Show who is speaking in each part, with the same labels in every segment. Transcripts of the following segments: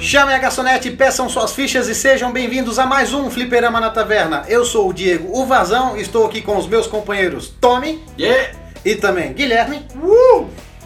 Speaker 1: Chamem a garçonete, peçam suas fichas e sejam bem-vindos a mais um Fliperama na Taverna. Eu sou o Diego, o Vazão, e estou aqui com os meus companheiros Tommy
Speaker 2: Yeah!
Speaker 1: e também Guilherme.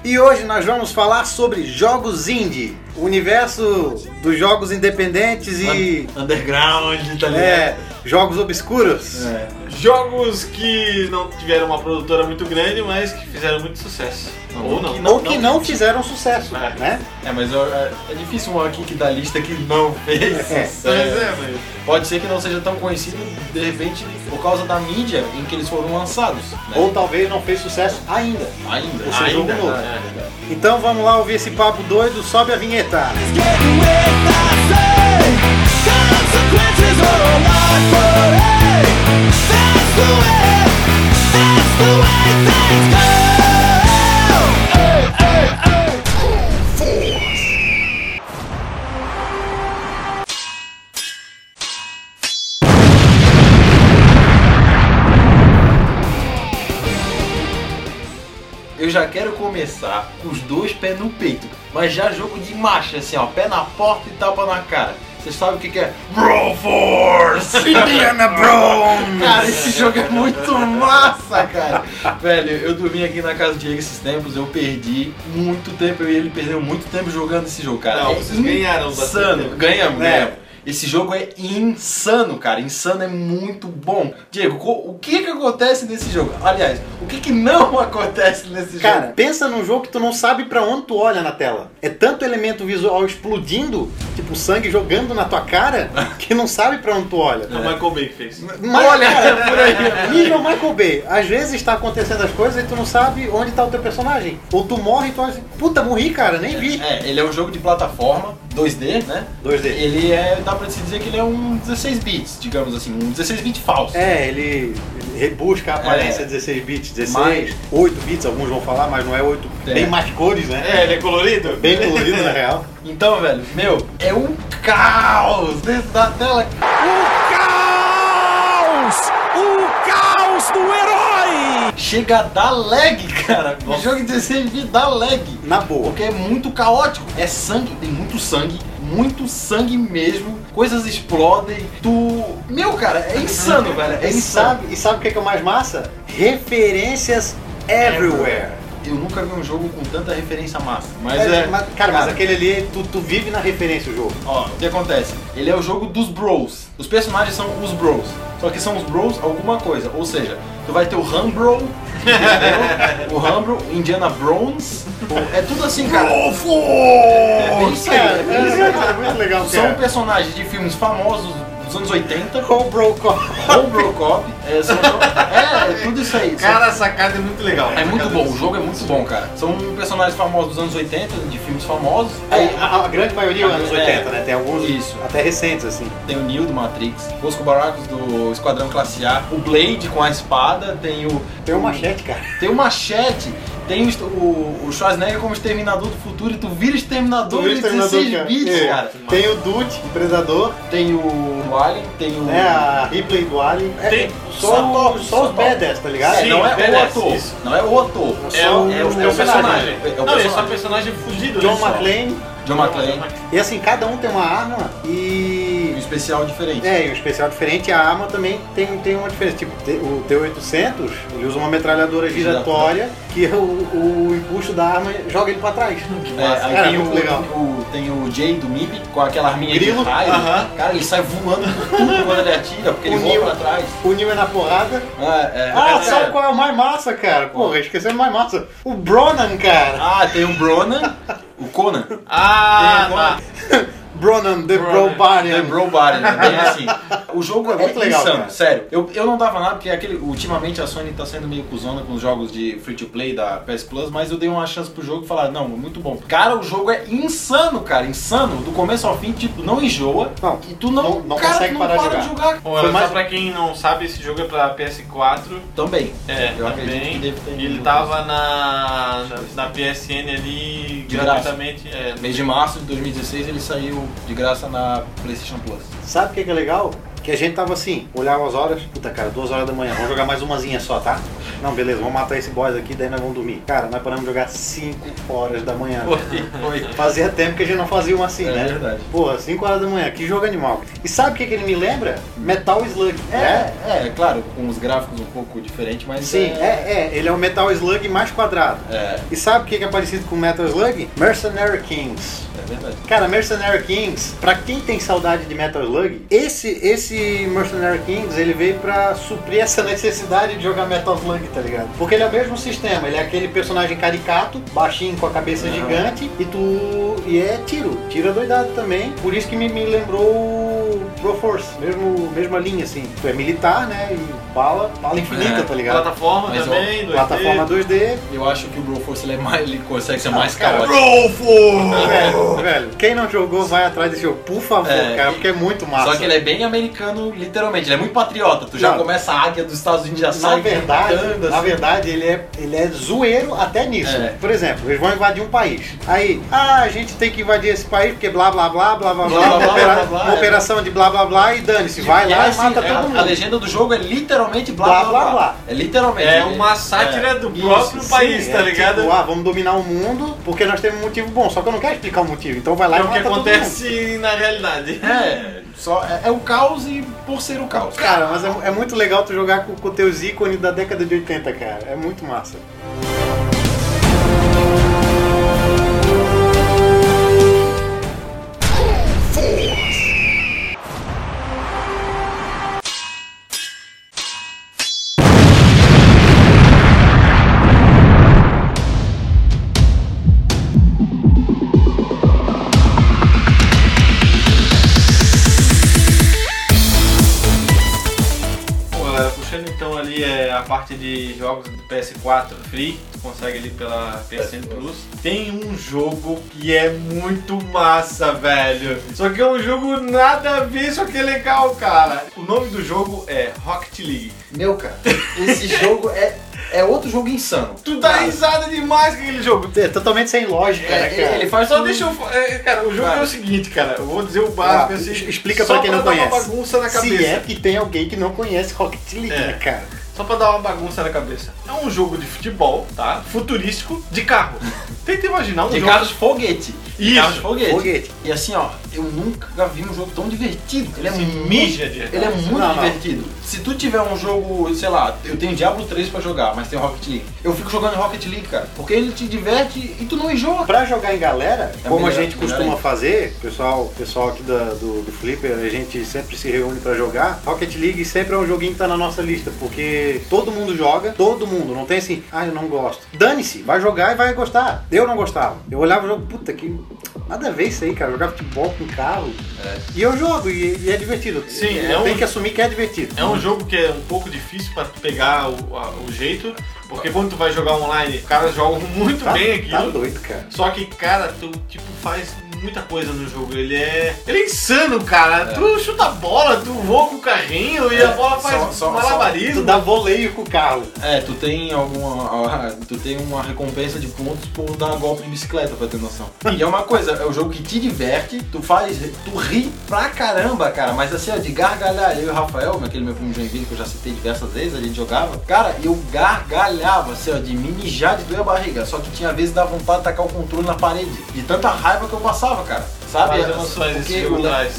Speaker 1: E hoje nós vamos falar sobre jogos indie, o universo dos jogos independentes e
Speaker 2: Underground, tá ligado?
Speaker 1: é, jogos obscuros.
Speaker 2: É.
Speaker 3: Jogos que não tiveram uma produtora muito grande, mas que fizeram muito sucesso. Ou não.
Speaker 1: Ou que não fizeram sucesso,
Speaker 3: É.
Speaker 1: né?
Speaker 2: É, mas eu- é, é difícil um aqui que da lista que não fez.
Speaker 1: É.
Speaker 3: Mas é, mas-
Speaker 2: Pode ser que não seja tão conhecido, de repente, por causa da mídia em que eles foram lançados. né?
Speaker 1: Ou talvez não fez sucesso ainda.
Speaker 2: ainda.
Speaker 1: Esse jogo
Speaker 3: ainda,
Speaker 1: novo.
Speaker 3: né?
Speaker 1: Então vamos lá ouvir esse papo doido, sobe a vinheta.
Speaker 2: Eu já quero começar com os dois pés no peito, mas já jogo de marcha, assim, ó, pé na porta e tapa na cara. Vocês sabem o que, que é? Bro Force!
Speaker 1: Indiana Brown!
Speaker 2: Cara, esse jogo é muito massa, cara. Velho, eu dormi aqui na casa do Diego esses tempos, eu perdi muito tempo, eu e ele perdeu muito tempo jogando esse jogo, cara.
Speaker 3: Não,
Speaker 2: É
Speaker 3: vocês ganharam bastante
Speaker 2: Insano,
Speaker 3: tempo.
Speaker 2: ganhamos,
Speaker 1: É.
Speaker 2: ganhamos. Esse jogo é insano, cara. Insano é muito bom. Diego, co- o que que acontece nesse jogo? Aliás, o que que não acontece nesse
Speaker 1: Cara,
Speaker 2: jogo?
Speaker 1: pensa num jogo que tu não sabe pra onde tu olha na tela. É tanto elemento visual explodindo, tipo sangue jogando na tua cara, que não sabe pra onde tu olha.
Speaker 3: Não, Michael Bay que fez.
Speaker 1: É. Mas,
Speaker 2: É. Olha, é
Speaker 1: cara,
Speaker 2: por aí.
Speaker 1: Nível Michael Bay, às vezes tá acontecendo as coisas e tu não sabe onde tá o teu personagem. Ou tu morre e tu olha assim, puta, morri, cara, nem vi.
Speaker 2: É, ele é um jogo de plataforma, 2D, né?
Speaker 1: 2D.
Speaker 2: Ele é, dá pra se dizer que ele é um 16 bits, digamos assim, um 16 bit falso.
Speaker 1: É, ele ele rebusca a aparência
Speaker 2: É.
Speaker 1: 16 bits, 16,
Speaker 2: Mais.
Speaker 1: 8 bits, alguns vão falar, mas não é 8,
Speaker 2: É.
Speaker 1: bem mais cores, né?
Speaker 3: É, ele é colorido?
Speaker 1: Bem colorido, na real.
Speaker 2: Então, velho, meu, é um caos dentro da tela. Um Chega a dar lag, cara. O
Speaker 3: Nossa.
Speaker 2: jogo de 16 bits dá lag.
Speaker 1: Na boa.
Speaker 2: Porque é muito caótico. É sangue, tem muito sangue, muito sangue mesmo. Coisas explodem. Tu. Meu, cara, é insano, velho. É
Speaker 1: E
Speaker 2: insano.
Speaker 1: sabe, e sabe o que é, que é o mais massa? Referências everywhere.
Speaker 2: Eu nunca vi um jogo com tanta referência massa. Mas
Speaker 1: Mas,
Speaker 2: é.
Speaker 1: mas, cara, mas aquele ali, tu, tu vive na referência o jogo.
Speaker 2: Ó, o que acontece? Ele é o jogo dos bros. Os personagens são os bros. Só que são os bros alguma coisa. Ou seja, tu vai ter o Hambro, entendeu? o Hambro, o Indiana Browns. É tudo assim, cara. É bem isso aí,
Speaker 1: Cara,
Speaker 2: é bem isso aí.
Speaker 1: é muito legal,
Speaker 2: São
Speaker 1: cara. um
Speaker 2: personagens de filmes famosos dos anos 80,
Speaker 1: Com o Brocó.
Speaker 2: ou Brocop. É, são- é, é tudo isso aí. São-
Speaker 3: Cara, a sacada é muito legal.
Speaker 2: É muito bom, o jogo é muito bom, cara. São personagens famosos dos anos 80, de filmes famosos. Aí,
Speaker 1: É, a, a grande maioria é anos 80, né? Tem alguns
Speaker 2: Isso.
Speaker 1: até recentes, assim.
Speaker 2: Tem o Neo do Matrix, os Baracos do Esquadrão Classe A, o Blade com a espada, tem o.
Speaker 1: Tem um machete, cara.
Speaker 2: Tem o Machete, tem o, o, o Schwarzenegger como Exterminador do Futuro e tu vira Exterminador
Speaker 1: Tu viu
Speaker 2: em
Speaker 1: o Exterminador,
Speaker 2: 16 bits,
Speaker 1: É.
Speaker 2: cara.
Speaker 1: Tem o Dude, o Predador,
Speaker 2: Tem o Alien, tem o.
Speaker 1: né? é. A Ripley do Alien. É,
Speaker 3: Tem
Speaker 1: só,
Speaker 2: Hum. só
Speaker 1: só,
Speaker 2: o-
Speaker 1: só
Speaker 2: só
Speaker 1: os
Speaker 2: o-
Speaker 1: badass, tá ligado?
Speaker 2: É,
Speaker 3: Sim,
Speaker 2: não é o
Speaker 3: merece
Speaker 2: ator.
Speaker 3: isso.
Speaker 2: Não é o ator.
Speaker 1: É o- é o
Speaker 2: personagem. É o
Speaker 3: um Não, ele é
Speaker 2: personagem.
Speaker 3: só personagem fugido.
Speaker 1: John
Speaker 3: né, só.
Speaker 1: McClane.
Speaker 2: John McClane.
Speaker 1: E assim, cada um tem uma arma
Speaker 2: Um
Speaker 1: e.
Speaker 2: especial diferente.
Speaker 1: É, e um especial diferente, a arma também tem, tem uma diferença. Tipo, te- o T-800, ele usa uma metralhadora giratória que o, o impulso da arma joga ele pra trás.
Speaker 2: É, aí
Speaker 1: Cara,
Speaker 2: tem,
Speaker 1: muito
Speaker 2: o,
Speaker 1: legal.
Speaker 2: o- tem o Jay do MIB com aquela arminha
Speaker 1: Grilo,
Speaker 2: de raio.
Speaker 3: aham.
Speaker 2: Cara, ele sai voando por tudo quando ele atira, porque
Speaker 1: O
Speaker 2: ele
Speaker 1: Neo.
Speaker 2: voa pra trás.
Speaker 1: O Neo é na porrada.
Speaker 2: Ah, é,
Speaker 1: Ah,
Speaker 2: é,
Speaker 1: sabe
Speaker 2: é.
Speaker 1: qual é o mais massa, cara? Porra, esquecemos o mais massa. O Bronan, cara.
Speaker 2: Ah, tem o Bronan, o Conan.
Speaker 3: Ah, tá.
Speaker 1: Bronan, the
Speaker 3: Bronan,
Speaker 2: É
Speaker 1: Brobarian.
Speaker 2: Bro Body, né? Bem assim. O jogo é
Speaker 1: É
Speaker 2: muito,
Speaker 1: muito legal,
Speaker 2: insano,
Speaker 1: cara.
Speaker 2: sério. Eu, eu não dava nada, porque aquele, ultimamente a Sony tá sendo meio cuzona com os jogos de free to play da PS Plus, mas eu dei uma chance pro jogo e falaram, não, é muito bom. Cara, o jogo é insano, cara, insano. Do começo ao fim, tipo, não enjoa.
Speaker 1: Não,
Speaker 2: e tu não,
Speaker 1: não- não
Speaker 2: cara,
Speaker 1: consegue
Speaker 2: não
Speaker 1: parar de
Speaker 2: para de jogar.
Speaker 3: Bom,
Speaker 1: Foi
Speaker 3: ela,
Speaker 1: mais-
Speaker 3: só pra quem não sabe, esse jogo é pra PS4.
Speaker 2: Também.
Speaker 3: É,
Speaker 2: eu acredito que
Speaker 3: também.
Speaker 2: deve ter.
Speaker 3: E ele
Speaker 2: muito
Speaker 3: tava na, na PSN ali
Speaker 2: De graça.
Speaker 3: gratuitamente. É,
Speaker 2: isso. Mês de março de 2016 ele saiu de graça na PlayStation Plus.
Speaker 1: Sabe o que que é legal? Que a gente tava assim, olhava as horas, puta cara, duas horas da manhã, vamos jogar mais umazinha só, tá? Não, beleza, vamos matar esse boss aqui, daí nós vamos dormir. Cara, nós paramos de jogar 5 horas da manhã.
Speaker 2: Foi.
Speaker 1: Fazia tempo que a gente não fazia uma assim,
Speaker 2: É
Speaker 1: né?
Speaker 2: verdade.
Speaker 1: Porra, 5 horas da manhã, que jogo animal. E sabe o que, que ele me lembra? Metal Slug. né?
Speaker 2: É, é, é claro, com os gráficos um pouco diferentes, mas.
Speaker 1: Sim, é, é. Ele é o Metal Slug mais quadrado.
Speaker 2: É,
Speaker 1: E sabe o que que é parecido com Metal Slug? Mercenary Kings.
Speaker 2: é verdade.
Speaker 1: Cara, Mercenary Kings, pra quem tem saudade de Metal Slug, esse, esse Mercenary Kings, ele veio pra suprir essa necessidade de jogar Metal Slug, tá ligado? Porque ele é o mesmo sistema, ele é aquele personagem caricato, baixinho com a cabeça
Speaker 2: Aham.
Speaker 1: gigante, e tu... e é tiro, tira doidado também, por isso que me, me lembrou o Pro Force, mesmo, mesma linha, assim. Tu é militar, né, e bala, bala infinita,
Speaker 2: É,
Speaker 1: tá ligado?
Speaker 3: Plataforma
Speaker 2: Mas, ó,
Speaker 3: também, 2D.
Speaker 1: Plataforma 2D,
Speaker 2: Eu acho que o Broforce ele é mais, ele consegue ser mais
Speaker 1: cara,
Speaker 2: caótico.
Speaker 3: Brofo!
Speaker 1: Velho, velho, quem não jogou vai atrás desse jogo, por favor,
Speaker 2: É,
Speaker 1: cara,
Speaker 2: e-
Speaker 1: porque é muito massa.
Speaker 2: Só que ele é bem americano, literalmente. Ele é muito patriota. Tu já
Speaker 1: Não.
Speaker 2: começa a águia dos Estados Unidos, já
Speaker 1: na
Speaker 2: sai
Speaker 1: verdade,
Speaker 2: gritando,
Speaker 1: na
Speaker 2: assim.
Speaker 1: verdade, ele é, ele é zoeiro até nisso.
Speaker 2: É.
Speaker 1: Por exemplo, eles vão invadir um país. Aí, ah, a gente tem que invadir esse país porque blá blá blá blá blá blá,
Speaker 2: Blá, blá,
Speaker 1: uma
Speaker 2: blá,
Speaker 1: opera-
Speaker 2: blá, blá,
Speaker 1: uma
Speaker 2: é.
Speaker 1: operação de blá blá blá e dane-se, vai
Speaker 2: E
Speaker 1: lá
Speaker 2: é
Speaker 1: e
Speaker 2: assim,
Speaker 1: mata
Speaker 2: é,
Speaker 1: todo
Speaker 2: A
Speaker 1: mundo.
Speaker 2: legenda do jogo é literalmente blá blá blá. É literalmente.
Speaker 3: É uma sátira do próprio
Speaker 2: sim,
Speaker 3: país, tá
Speaker 1: É
Speaker 3: ligado?
Speaker 1: tipo, ah, vamos dominar o mundo porque nós temos um motivo bom. Só que eu não quero explicar o motivo, então vai lá
Speaker 3: É
Speaker 1: e
Speaker 3: o que
Speaker 1: mata todo mundo.
Speaker 3: acontece na realidade.
Speaker 2: É, só, é, é o caos e por ser o caos.
Speaker 1: Cara, mas é, é muito legal tu jogar com, com teus ícones da década de 80, cara. É muito massa.
Speaker 3: Pô, é, Puxando então ali é, a parte de jogos do PS4 free, tu consegue ali pela PSN Plus. Tem um jogo que é muito massa, velho. Só que é um jogo nada a ver, só que é legal, cara. O nome do jogo é Rocket League.
Speaker 2: Meu, cara, esse jogo é, é outro jogo insano.
Speaker 3: Tu dá
Speaker 2: Cara,
Speaker 3: risada demais com aquele jogo.
Speaker 1: É totalmente sem lógica, né,
Speaker 2: tá é,
Speaker 1: cara?
Speaker 2: ele faz
Speaker 3: Só
Speaker 2: um-
Speaker 3: deixa eu. fa- é, Cara, o jogo
Speaker 2: Vai.
Speaker 3: é o seguinte, cara. Eu vou dizer o básico
Speaker 1: Ah,
Speaker 3: assim.
Speaker 1: es- explica
Speaker 3: só
Speaker 1: pra quem não
Speaker 3: dar uma
Speaker 1: conhece.
Speaker 3: bagunça na cabeça.
Speaker 1: Se é que tem alguém que não conhece Rocket League,
Speaker 3: É.
Speaker 1: né, cara?
Speaker 3: Só pra dar uma bagunça na cabeça. É um jogo de futebol, tá? Futurístico, de carro. Tenta imaginar um
Speaker 2: De
Speaker 3: jogo.
Speaker 2: carros de foguete. De
Speaker 3: Isso.
Speaker 2: carros de foguete.
Speaker 1: Foguete.
Speaker 2: E assim, ó, eu nunca vi um jogo tão divertido. Ele é
Speaker 3: Se
Speaker 2: muito
Speaker 3: mija de
Speaker 2: Ele é muito
Speaker 1: Não, não.
Speaker 2: divertido. Se tu tiver um jogo, sei lá, eu tenho Diablo 3 pra jogar, mas tem Rocket League. Eu fico jogando Rocket League, cara, porque ele te diverte e tu não enjoa.
Speaker 1: Pra jogar em galera,
Speaker 2: É
Speaker 1: como a
Speaker 2: melhor-
Speaker 1: gente
Speaker 2: melhor
Speaker 1: costuma
Speaker 2: ainda.
Speaker 1: fazer, pessoal, pessoal aqui da- do, do Flipper, a gente sempre se reúne pra jogar. Rocket League sempre é um joguinho que tá na nossa lista, porque todo mundo joga, todo mundo, não tem assim, ah, eu não gosto. Dane-se, vai jogar e vai gostar. Eu não gostava. Eu olhava o jogo, puta que. Nada a ver isso aí, cara. Jogar futebol com carro. E eu jogo, e, e é divertido.
Speaker 3: É. Sim,
Speaker 1: eu
Speaker 3: é um-
Speaker 1: tenho que assumir que é divertido.
Speaker 3: É um jogo que é um pouco difícil pra tu pegar o, a- o jeito, porque quando tu vai jogar online, os caras jogam muito
Speaker 1: tá,
Speaker 3: bem
Speaker 1: tá
Speaker 3: aquilo.
Speaker 1: doido, cara.
Speaker 3: só que, cara, tu tipo faz muita coisa no jogo. Ele é. Ele é insano, cara.
Speaker 2: É.
Speaker 3: Tu chuta a bola, tu voa com o carrinho e
Speaker 2: É,
Speaker 3: a bola
Speaker 2: só-
Speaker 3: faz
Speaker 2: só-
Speaker 1: Tu
Speaker 3: malabarismo.
Speaker 1: dá voleio com o carro.
Speaker 2: É, tu tem alguma. ah, Tu tem uma recompensa de pontos por dar golpe de bicicleta, pra ter noção. E é uma coisa, é um jogo que te diverte, tu faz. Tu ri pra caramba, cara. Mas assim, ó, de gargalhar, eu e o Rafael, aquele meu primo Joinville que eu já citei diversas vezes, a gente jogava, cara, eu gargalhava, assim, ó, de me mijar de doer a barriga. Só que tinha vezes que dava vontade de tacar o controle na parede. De tanta raiva que eu passava, cara. Sabe? é,
Speaker 3: As emoções
Speaker 2: Porque
Speaker 3: desse jogo né?
Speaker 2: o le-
Speaker 3: traz.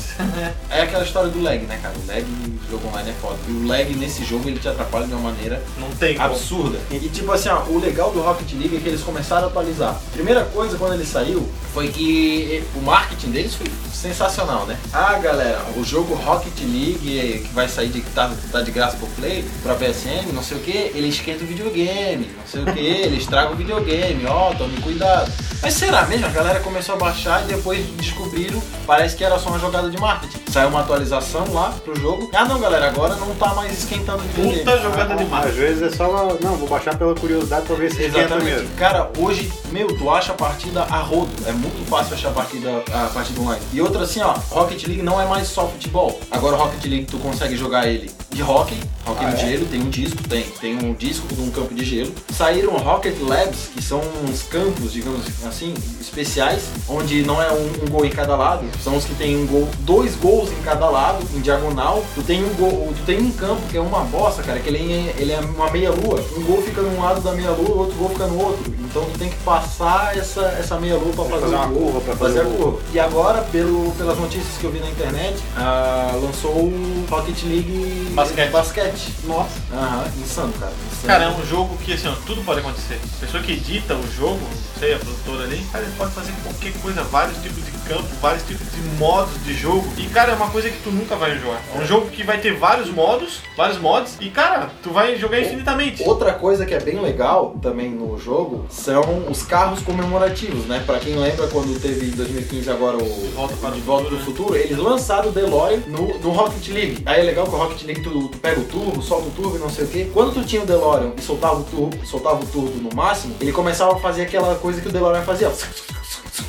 Speaker 2: é aquela história do lag, né, cara? O lag no jogo online é foda. E o lag nesse jogo ele te atrapalha de uma maneira
Speaker 3: Não tem como.
Speaker 2: absurda. E, e, tipo assim, ó, o legal do Rocket League é que eles começaram a atualizar. Primeira coisa quando ele saiu foi que o marketing deles foi sensacional, né? Ah, galera, o jogo Rocket League eh, que vai sair de que tá, tá de graça pro play, pra PSN, não sei o que, ele esquenta o videogame, não sei o que, ele estraga o videogame, ó, tome cuidado. Mas será mesmo? A galera começou a baixar e depois descobriram, parece que era só uma jogada de marketing. Saiu uma atualização lá pro jogo. Ah não, galera, agora não tá mais esquentando o videogame.
Speaker 3: Puta jogada de
Speaker 1: Às
Speaker 3: marketing.
Speaker 1: vezes é só. uma- Não, vou baixar pela curiosidade pra ver se esquenta
Speaker 2: Exatamente.
Speaker 1: mesmo.
Speaker 2: Cara, hoje, meu, tu acha a partida a rodo. É muito fácil achar a partida, a partida online. E outra assim, ó, Rocket League não é mais só futebol. Agora Rocket League tu consegue jogar ele de hockey, hockey
Speaker 1: Ah, é?
Speaker 2: no gelo, tem um disco, tem, tem um disco de um campo de gelo. Saíram Rocket Labs, que são uns campos, digamos assim, especiais, onde não é um, um gol em cada lado, são os que tem um gol, dois gols gols em cada lado, em diagonal. Tu tem um gol, tu tem um campo que é uma bosta, cara, que ele é, ele é uma meia lua. Um gol fica num lado da meia lua, o outro gol fica no outro. Então tu tem que passar essa, essa meia lua pra
Speaker 1: Tem que
Speaker 2: fazer,
Speaker 1: fazer
Speaker 2: o
Speaker 1: uma
Speaker 2: gol,
Speaker 1: curva pra fazer
Speaker 2: a
Speaker 1: o gol.
Speaker 2: curva. E agora, pelo, pelas notícias que eu vi na internet, ah, lançou o Rocket League
Speaker 3: Basquete.
Speaker 2: Basquete.
Speaker 1: Nossa.
Speaker 2: Aham, insano, cara. Insano.
Speaker 3: Cara, é um jogo que assim, ó, tudo pode acontecer. A pessoa que edita o jogo, não sei, a produtora ali, cara, ele pode fazer qualquer coisa, vários tipos de campo, vários tipos de modos de jogo. E cara, é uma coisa que tu nunca vai jogar. É um jogo que vai ter vários modos, vários mods, e cara, tu vai jogar infinitamente.
Speaker 2: Outra coisa que é bem legal também no jogo são os carros comemorativos, né? Pra quem lembra quando teve em 2015 agora o
Speaker 3: Volta para
Speaker 2: De
Speaker 3: o
Speaker 2: Volta
Speaker 3: Futuro,
Speaker 2: pro
Speaker 3: né?
Speaker 2: Futuro, eles lançaram o DeLorean no, no Rocket League. Aí é legal que o Rocket League tu, tu pega o turbo, solta o turbo e não sei o quê. Quando tu tinha o DeLorean e soltava o turbo, soltava o turbo no máximo, ele começava a fazer aquela coisa que o DeLorean fazia, ó.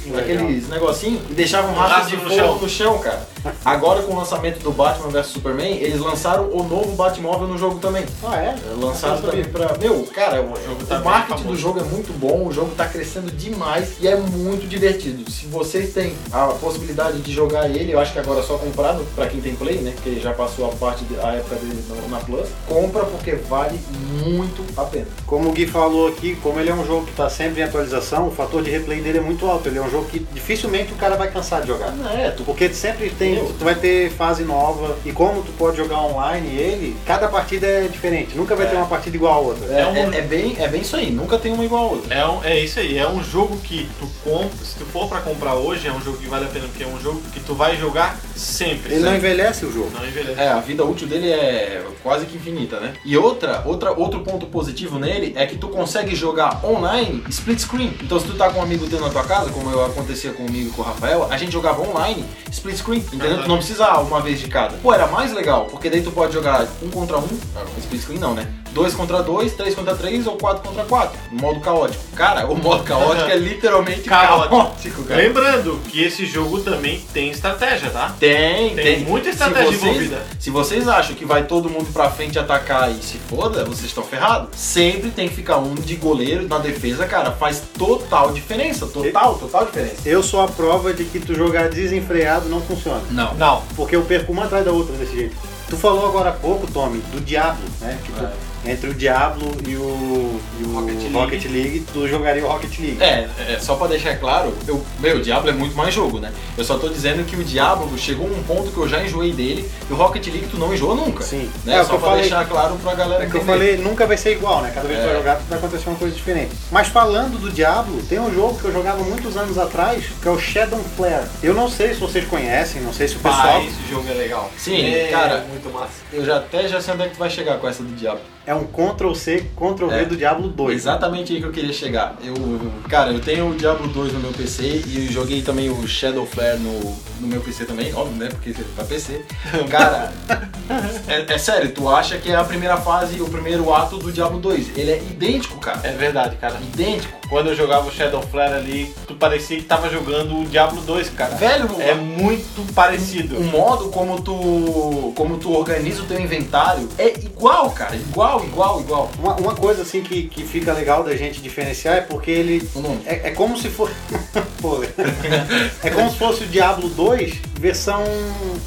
Speaker 1: Legal.
Speaker 2: Aqueles negocinho e deixava um rastro
Speaker 3: Rastro
Speaker 2: de
Speaker 3: no
Speaker 2: fogo
Speaker 3: chão.
Speaker 2: no chão, cara. Agora com o lançamento do Batman vs Superman, eles lançaram o novo Batmóvel no jogo também.
Speaker 1: Ah, é?
Speaker 2: É Lançado
Speaker 1: Eu não sabia.
Speaker 2: também pra. Meu, cara, o,
Speaker 3: jogo
Speaker 2: o
Speaker 3: tá bem
Speaker 2: marketing
Speaker 3: famoso.
Speaker 2: do jogo é muito bom, o jogo tá crescendo demais e é muito divertido. Se vocês têm a possibilidade de jogar ele, eu acho que agora é só comprado pra quem tem play, né? Porque já passou a parte de- a época dele no- na Plus. Compra porque vale muito a pena.
Speaker 1: Como o Gui falou aqui, como ele é um jogo que tá sempre em atualização, o fator de replay dele é muito alto. Ele é um jogo que dificilmente o cara vai cansar de jogar.
Speaker 2: É, tu
Speaker 1: Porque sempre tem,
Speaker 2: Eu.
Speaker 1: tu vai ter fase nova e como tu pode jogar online ele, cada partida é diferente, nunca vai ter uma partida igual a outra.
Speaker 2: é,
Speaker 3: É um-
Speaker 2: é- é bem, é bem isso aí, nunca tem uma igual a outra.
Speaker 3: É, um- é isso aí, é um jogo que tu compra, se tu for pra comprar hoje, é um jogo que vale a pena, porque é um jogo que tu vai jogar sempre.
Speaker 1: Ele não
Speaker 3: sempre.
Speaker 1: envelhece o jogo.
Speaker 3: não envelhece.
Speaker 2: É, a vida útil dele é quase que infinita, né? E outra, outra, outro ponto positivo nele é que tu consegue jogar online split screen. Então se tu tá com um amigo teu na tua casa, como eu acontecia comigo e com o Rafael, a gente jogava online split screen, entendeu? Tu não precisa uma vez de cada. Pô, era mais legal, porque daí tu pode jogar um contra um, split screen não, né? Dois contra dois, três contra três ou quatro contra quatro, no modo caótico. Cara, o modo caótico é literalmente
Speaker 3: Caótico.
Speaker 2: caótico, cara.
Speaker 3: Lembrando que esse jogo também tem estratégia, tá?
Speaker 2: Tem,
Speaker 3: Tem
Speaker 2: tem.
Speaker 3: muita estratégia
Speaker 2: se vocês,
Speaker 3: envolvida.
Speaker 2: Se vocês acham que vai todo mundo pra frente atacar e se foda, vocês estão ferrados. Sempre tem que ficar um de goleiro na defesa, cara. Faz total diferença. Total, total diferença.
Speaker 1: Eu sou a prova de que tu jogar desenfreado não funciona.
Speaker 2: Não.
Speaker 3: Não.
Speaker 1: Porque eu perco uma atrás da outra desse jeito. Tu falou agora há pouco, Tommy, do Diablo, né? Tipo,
Speaker 2: É.
Speaker 1: entre o Diablo e o, e o
Speaker 3: Rocket
Speaker 1: Rocket,
Speaker 3: League.
Speaker 1: League. tu jogaria o Rocket League.
Speaker 2: É, é, só pra deixar claro, eu, meu, o Diablo é muito mais jogo, né? Eu só tô dizendo que o Diablo chegou um ponto que eu já enjoei dele e o Rocket League tu não enjoa nunca.
Speaker 1: Sim.
Speaker 2: Né?
Speaker 1: É, o
Speaker 2: só
Speaker 1: que eu
Speaker 2: pra
Speaker 1: falei.
Speaker 2: deixar claro pra galera
Speaker 1: É que eu
Speaker 2: entender.
Speaker 1: falei, nunca vai ser igual, né? Cada vez que
Speaker 2: É.
Speaker 1: vai jogar vai acontecer uma coisa diferente. Mas falando do Diablo, tem um jogo que eu jogava muitos anos atrás, que é o Shadow Flare. Eu não sei se vocês conhecem, não sei se o pessoal.
Speaker 3: Ah, esse jogo é legal.
Speaker 2: Sim,
Speaker 3: é,
Speaker 2: cara.
Speaker 3: Muito massa.
Speaker 2: Eu já até já sei onde é que tu vai chegar com essa do Diablo.
Speaker 1: É um Ctrl C, Ctrl V
Speaker 2: É.
Speaker 1: do Diablo 2.
Speaker 2: Exatamente aí que eu queria chegar. Eu, cara, eu tenho o Diablo 2 no meu PC e eu joguei também o Shadow Flare no, no meu PC também, óbvio, né? Porque pra PC. Cara, é, é sério, tu acha que é a primeira fase, o primeiro ato do Diablo 2. Ele é idêntico, cara.
Speaker 3: É verdade, cara.
Speaker 2: Idêntico.
Speaker 3: Quando eu jogava o Shadow Flare ali, tu parecia que tava jogando o Diablo 2, cara.
Speaker 2: Velho,
Speaker 3: É muito parecido.
Speaker 2: o modo como tu, como tu organiza o teu inventário é igual, cara. Igual, igual, igual.
Speaker 1: Uma, uma coisa assim que, que fica legal da gente diferenciar é porque ele.
Speaker 2: O nome.
Speaker 1: É, é como se fosse. Pô, é como se fosse o Diablo 2, versão.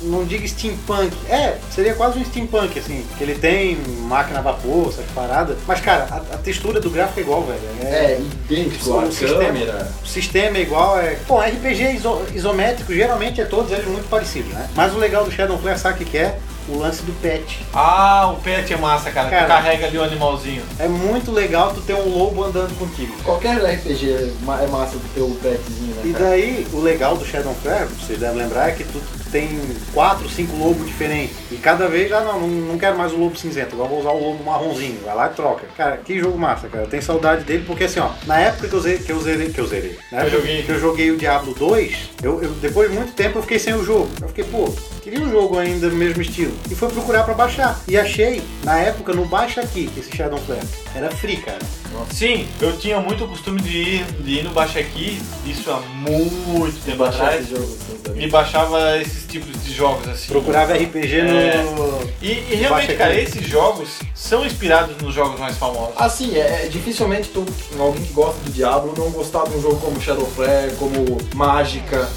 Speaker 1: não digo steampunk. É, seria quase um steampunk, assim. Que ele tem máquina a vapor, essas paradas. Mas, cara, a, a textura do gráfico é igual, velho.
Speaker 2: É idêntico.
Speaker 1: O
Speaker 2: A
Speaker 1: sistema.
Speaker 2: câmera.
Speaker 1: O sistema é igual, é. Bom, RPG iso- isométrico, geralmente é todos eles muito parecidos, né? Mas o legal do Shadowflare, sabe o que que é? O lance do pet.
Speaker 3: Ah, o pet é massa, cara. Tu
Speaker 1: Cara.
Speaker 3: carrega ali o animalzinho.
Speaker 1: É muito legal tu ter um lobo andando contigo.
Speaker 2: Qualquer RPG é ma- é massa do teu petzinho, né,
Speaker 1: E
Speaker 2: cara?
Speaker 1: daí, o legal do Shadowflare, vocês devem lembrar, é que tu tem quatro, cinco lobos diferentes. E cada vez, ah, não, não, não quero mais o lobo cinzento, agora vou usar o lobo marronzinho. Vai lá e troca. Cara, que jogo massa, cara. Eu tenho saudade dele, porque assim, ó, na época que eu zerei, que eu zerei, que eu zerei, na
Speaker 3: Eu
Speaker 1: época
Speaker 3: joguei.
Speaker 1: que eu joguei o Diablo 2, eu, eu- depois de muito tempo eu fiquei sem o jogo. Eu fiquei, pô, queria um jogo ainda no mesmo estilo. E fui procurar pra baixar. E achei, na época, no Baixa Aqui, esse Shadowflare. Era free, cara.
Speaker 3: Sim, eu tinha muito costume de ir, de ir no Baixa Aqui, isso há muito tempo atrás.
Speaker 2: jogo assim
Speaker 3: Me baixava esses tipos de jogos assim.
Speaker 1: Procurava RPG
Speaker 3: É.
Speaker 1: no...
Speaker 3: E, e realmente,
Speaker 1: Baixa
Speaker 3: cara,
Speaker 1: Aqui.
Speaker 3: esses jogos são inspirados nos jogos mais famosos.
Speaker 2: Assim, é, é dificilmente tu, alguém que gosta do Diablo não gostar de um jogo como Shadowflare, como Mágica,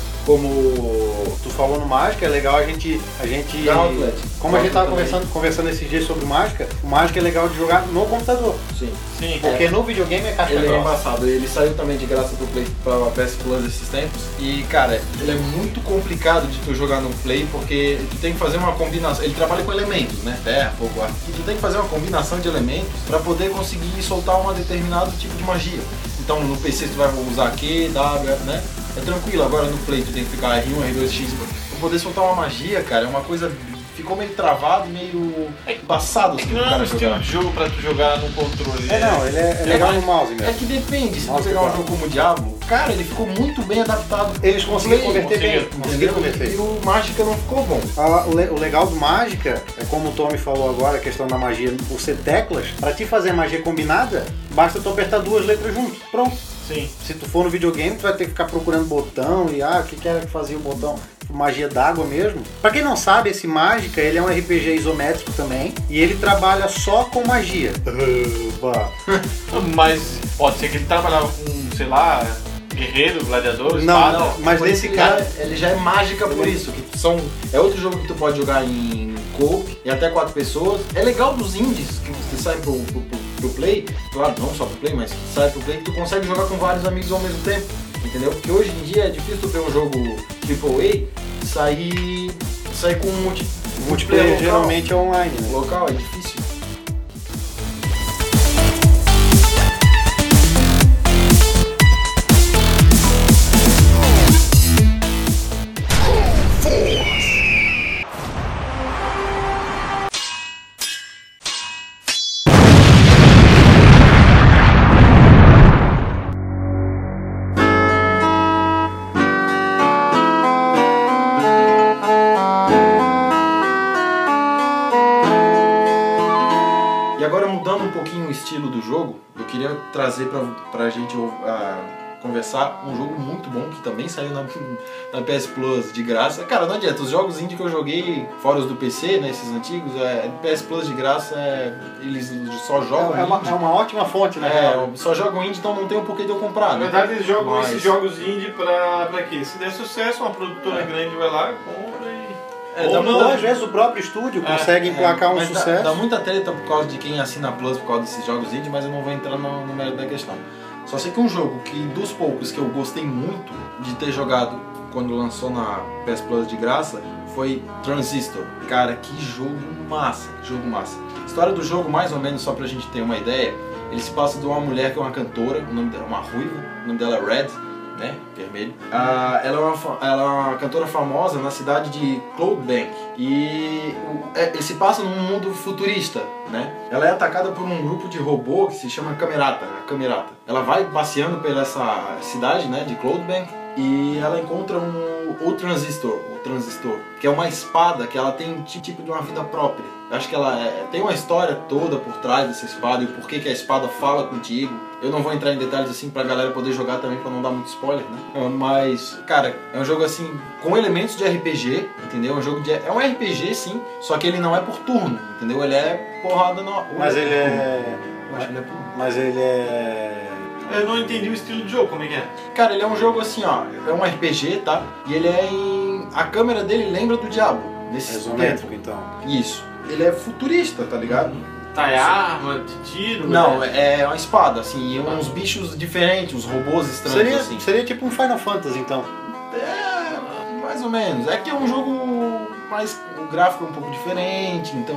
Speaker 1: como tu falou no Mágica, é legal a gente. A gente
Speaker 2: Gauntlet.
Speaker 1: como a gente
Speaker 2: Gauntlet
Speaker 1: tava
Speaker 2: também.
Speaker 1: conversando, conversando esses dias sobre o Mágica, o Mágica é legal de jogar no computador.
Speaker 2: Sim.
Speaker 3: Sim.
Speaker 1: Porque no videogame é casca
Speaker 2: Ele é
Speaker 1: grossa.
Speaker 2: embaçado, ele saiu também de graça pro Play, pra PS Plus esses tempos. E cara, ele é muito complicado de tu jogar no Play porque tu tem que fazer uma combinação. Ele trabalha com elementos, né? Terra, fogo, ar. E tu tem que fazer uma combinação de elementos pra poder conseguir soltar um determinado tipo de magia. Então no PC tu vai usar Q, W, né? É tranquilo, agora no Play tu tem que ficar R1, R2, X. Pra poder soltar uma magia, cara, é uma coisa. Ficou meio travado, meio embaçado assim,
Speaker 3: Que
Speaker 2: pro
Speaker 3: Não é um
Speaker 2: cara
Speaker 3: estilo
Speaker 2: jogar.
Speaker 3: de jogo pra tu jogar no controle.
Speaker 1: É não, ele é, é legal no mouse
Speaker 2: É
Speaker 1: mesmo.
Speaker 2: que depende, se tu
Speaker 1: Nossa,
Speaker 2: pegar um
Speaker 1: cara.
Speaker 2: jogo como o Diablo, cara, ele ficou muito bem adaptado.
Speaker 1: Eles conseguiram
Speaker 2: Play,
Speaker 1: converter bem.
Speaker 3: conseguiram,
Speaker 1: Conseguiram
Speaker 2: É. entendeu?
Speaker 1: converter.
Speaker 2: E o Mágica não ficou bom.
Speaker 1: A- o le- O legal do Mágica é como o Tommy falou agora, a questão da magia por ser teclas. Pra te fazer a magia combinada, basta tu apertar duas letras juntas. Pronto.
Speaker 3: Sim.
Speaker 1: Se tu for no videogame, tu vai ter que ficar procurando botão e ah, o que, que era que fazia o botão? Magia d'água mesmo. Pra quem não sabe, esse Mágica, ele é um RPG isométrico também. E ele trabalha só com magia. Opa.
Speaker 3: Mas pode ser que ele trabalhava com, sei lá, guerreiro, gladiador,
Speaker 1: Não,
Speaker 3: espada.
Speaker 1: não. Mas
Speaker 2: Por isso
Speaker 1: nesse
Speaker 2: ele
Speaker 1: caso-
Speaker 2: já- ele já é mágica por isso. Que tu- são, é outro jogo que tu pode jogar em co-op e até quatro pessoas. É legal dos indies que você sai pro, pro, pro- pro play, claro, não só pro play, mas que sai pro play, que tu consegue jogar com vários amigos ao mesmo tempo. Entendeu? Porque hoje em dia é difícil tu ver um jogo AAA e sair, sair com um multi,
Speaker 1: Multiplayer
Speaker 2: local.
Speaker 1: geralmente é online, né?
Speaker 2: Local é difícil. E agora mudando um pouquinho o estilo do jogo, eu queria trazer pra, pra gente ah, conversar um jogo muito bom que também saiu na, na PS Plus de graça. Cara, não adianta, os jogos indie que eu joguei, fora os do PC, né, esses antigos, é, PS Plus de graça, é, eles só jogam
Speaker 1: É, é uma,
Speaker 2: indie.
Speaker 1: é uma ótima fonte, né? real?
Speaker 2: É, só jogam indie, então não tem o porquê de eu comprar.
Speaker 3: Na
Speaker 2: né?
Speaker 3: verdade, eles jogam
Speaker 2: Mas-
Speaker 3: esses jogos indie pra, pra quê? Se der sucesso, uma produtora grande vai lá, compra e.
Speaker 2: É,
Speaker 3: Ou
Speaker 2: dá
Speaker 3: não.
Speaker 1: Ou às vezes o próprio estúdio
Speaker 3: É,
Speaker 1: consegue emplacar um
Speaker 2: Mas dá-
Speaker 1: sucesso.
Speaker 2: Dá, muita treta por causa de quem assina a Plus por causa desses jogos indie, mas eu não vou entrar no, no mérito da questão. Só sei que um jogo que, dos poucos que eu gostei muito de ter jogado quando lançou na PS Plus de graça, foi Transistor. Cara, que jogo massa, que jogo massa. História do jogo, mais ou menos, só pra gente ter uma ideia, ele se passa de uma mulher que é uma cantora, o nome dela é uma ruiva, o nome dela é Red, né, vermelho. Ah, ela, é uma, fa- ela é uma cantora famosa na cidade de Cloudbank. E o- é- ele se passa num mundo futurista, né? Ela é atacada por um grupo de robô que se chama Camerata, a Camerata. Ela vai passeando pela essa cidade, né, de Cloudbank, e ela encontra um, o Transistor, o Transistor, que é uma espada que ela tem um ti- tipo de uma vida própria. Eu Acho que ela é- tem uma história toda por trás dessa espada e o porquê que a espada fala contigo. Eu não vou entrar em detalhes assim pra galera poder jogar também pra não dar muito spoiler, né? É, Mas, cara, é um jogo assim com elementos de RPG, entendeu? É um jogo de é um RPG sim, só que ele não é por turno, entendeu? Ele é porrada na
Speaker 1: Mas ele é.
Speaker 2: Eu acho que ele é por
Speaker 1: Mas ele é.
Speaker 3: Eu não entendi o estilo de jogo, como é que é?
Speaker 2: Cara, ele é um jogo assim, ó, é um RPG, tá? E ele é em. A câmera dele lembra do Diablo, nesse tempo.
Speaker 1: Isométrico, então.
Speaker 2: Isso. Ele é futurista, tá ligado?
Speaker 3: Tá, é arma, de tiro?
Speaker 2: Não,
Speaker 3: né?
Speaker 2: é uma espada, assim, e uns bichos diferentes, uns robôs estranhos,
Speaker 1: Seria,
Speaker 2: assim.
Speaker 1: seria tipo um Final Fantasy, então.
Speaker 2: É, mais ou menos. É que é um jogo mais. O gráfico é um pouco diferente, então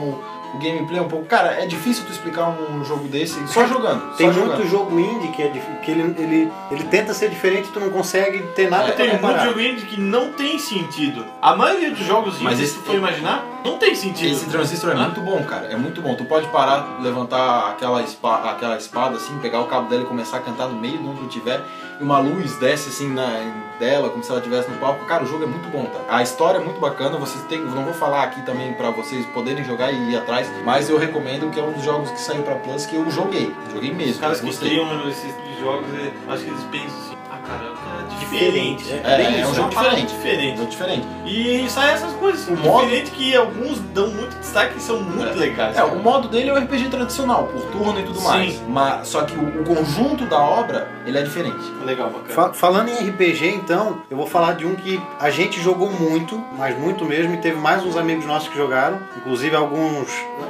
Speaker 2: o gameplay é um pouco. Cara, é difícil tu explicar um jogo desse só jogando.
Speaker 1: Tem
Speaker 2: só jogando.
Speaker 1: muito jogo indie que, é, dif- que ele, ele, ele tenta ser diferente tu não consegue ter nada é- pra
Speaker 3: É, Tem muito
Speaker 1: comparar.
Speaker 3: jogo indie que não tem sentido. A maioria dos jogos
Speaker 2: Mas
Speaker 3: indie, se
Speaker 2: esse-
Speaker 3: tu for imaginar, não tem sentido.
Speaker 2: Esse transistor é
Speaker 3: Hã?
Speaker 2: muito bom, cara. É muito bom. Tu pode parar, levantar aquela, espa- aquela espada, assim, pegar o cabo dela e começar a cantar no meio de onde tu tiver. E uma luz desce, assim, na, dela, como se ela estivesse no palco. Cara, o jogo é muito bom, tá? A história é muito bacana. Vocês têm... Não vou falar aqui também pra vocês poderem jogar e ir atrás. Mas eu recomendo que é um dos jogos que saiu pra Plus que eu joguei. Joguei mesmo.
Speaker 3: Os caras que
Speaker 2: gostei.
Speaker 3: criam esses jogos, eu acho que eles pensam assim, ah caramba, é
Speaker 1: Diferente,
Speaker 3: diferente.
Speaker 1: é.
Speaker 2: É,
Speaker 3: bem
Speaker 2: é um
Speaker 3: isso,
Speaker 2: jogo
Speaker 3: uma parada
Speaker 2: diferente. É um
Speaker 3: diferente.
Speaker 2: jogo diferente.
Speaker 3: E sai essas coisas. assim,
Speaker 2: O modo-
Speaker 3: diferente que é o alguns dão muito destaque e são muito legais.
Speaker 2: É,
Speaker 3: cara.
Speaker 2: o modo dele é o RPG tradicional, por turno e tudo
Speaker 3: Sim.
Speaker 2: mais. Mas, só que o, o conjunto da obra, ele é diferente.
Speaker 3: Legal, bacana.
Speaker 1: Fa- falando em RPG, então, eu vou falar de um que a gente jogou muito, mas muito mesmo, e teve mais uns amigos nossos que jogaram, inclusive alguns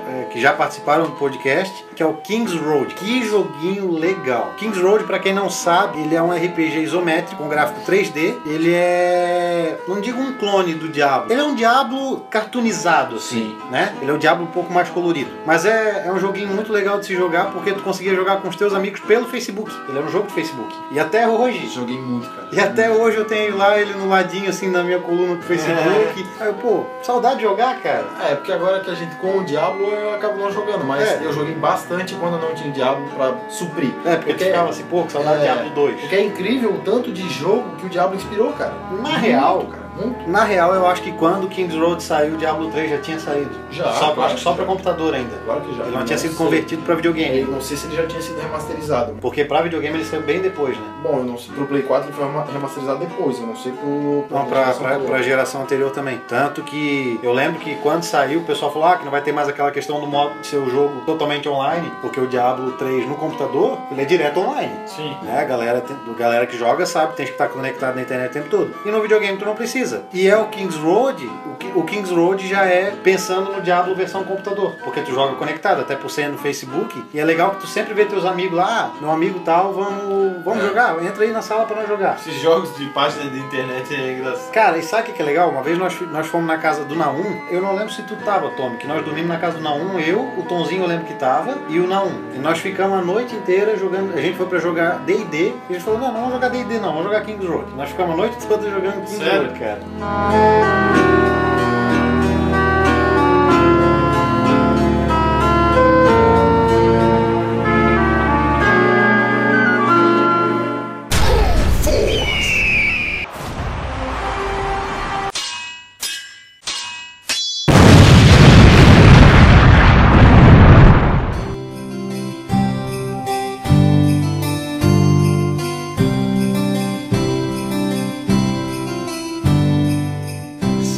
Speaker 1: é, que já participaram do podcast, que é o Kings Road. Que joguinho legal! Kings Road, pra quem não sabe, ele é um RPG isométrico com gráfico 3D. Ele é, não digo um clone do Diablo, ele é um Diablo cartoonizado, assim né? Ele é o diabo um pouco mais colorido. Mas é, é um joguinho muito legal de se jogar porque tu conseguia jogar com os teus amigos pelo Facebook. Ele era um jogo de Facebook. E até hoje.
Speaker 2: Joguei muito, cara.
Speaker 1: E até hoje eu tenho lá ele no ladinho, assim, na minha coluna do Facebook. Aí eu, pô, saudade de jogar, cara.
Speaker 2: É, porque agora que a gente com o Diablo eu acabo não jogando, mas
Speaker 1: É.
Speaker 2: eu joguei bastante quando não tinha Diablo pra suprir.
Speaker 1: É, porque tu
Speaker 2: Porque-
Speaker 1: ficava assim, pô, que saudade de
Speaker 2: É.
Speaker 1: Diablo 2.
Speaker 2: Porque é incrível o tanto de jogo que o Diablo inspirou, cara.
Speaker 1: Na real,
Speaker 2: Muito, cara. Muito.
Speaker 1: na real, eu acho que quando o Kings Road saiu, o Diablo 3 já tinha saído.
Speaker 2: Já,
Speaker 1: Só,
Speaker 2: claro
Speaker 1: acho que só
Speaker 2: que
Speaker 1: pra
Speaker 2: já.
Speaker 1: computador ainda.
Speaker 2: Claro que já.
Speaker 1: Ele não tinha sido
Speaker 2: sei.
Speaker 1: convertido pra videogame.
Speaker 2: Eu não sei se ele já tinha sido remasterizado.
Speaker 1: Porque pra videogame ele saiu bem depois, né?
Speaker 2: Bom, eu não sei. Pro Play 4 ele foi rema- remasterizado depois. Eu não sei pro.
Speaker 1: Não, pra,
Speaker 2: geração
Speaker 1: pra,
Speaker 2: atual.
Speaker 1: pra geração anterior também. Tanto que eu lembro que quando saiu, o pessoal falou ah, que não vai ter mais aquela questão do modo de ser o jogo totalmente online, porque o Diablo 3 no computador, ele é direto online.
Speaker 3: Sim.
Speaker 1: Né? A galera, tem- a galera que joga sabe, tem que estar conectado na internet o tempo todo. E no videogame tu não precisa. E é o Kings Road, o, Ki- o Kings Road já é pensando no Diablo versão computador, porque tu joga conectado, até por ser no Facebook. E é legal que tu sempre vê teus amigos lá, ah, meu amigo tal, vamos, vamos jogar, entra aí na sala pra nós jogar.
Speaker 3: Esses jogos de página de internet é engraçado.
Speaker 1: Cara, e sabe o que que é legal? Uma vez nós, fi- nós fomos na casa do Naum, eu não lembro se tu tava, Tommy, que nós dormimos na casa do Naum, eu, o Tonzinho eu lembro que tava, e o Naum. E nós ficamos a noite inteira jogando, a gente foi pra jogar D&D, e a gente falou, não, não vamos jogar D&D não, vamos jogar Kings Road. Nós ficamos a noite toda jogando Kings
Speaker 3: Sério?
Speaker 1: Road, cara.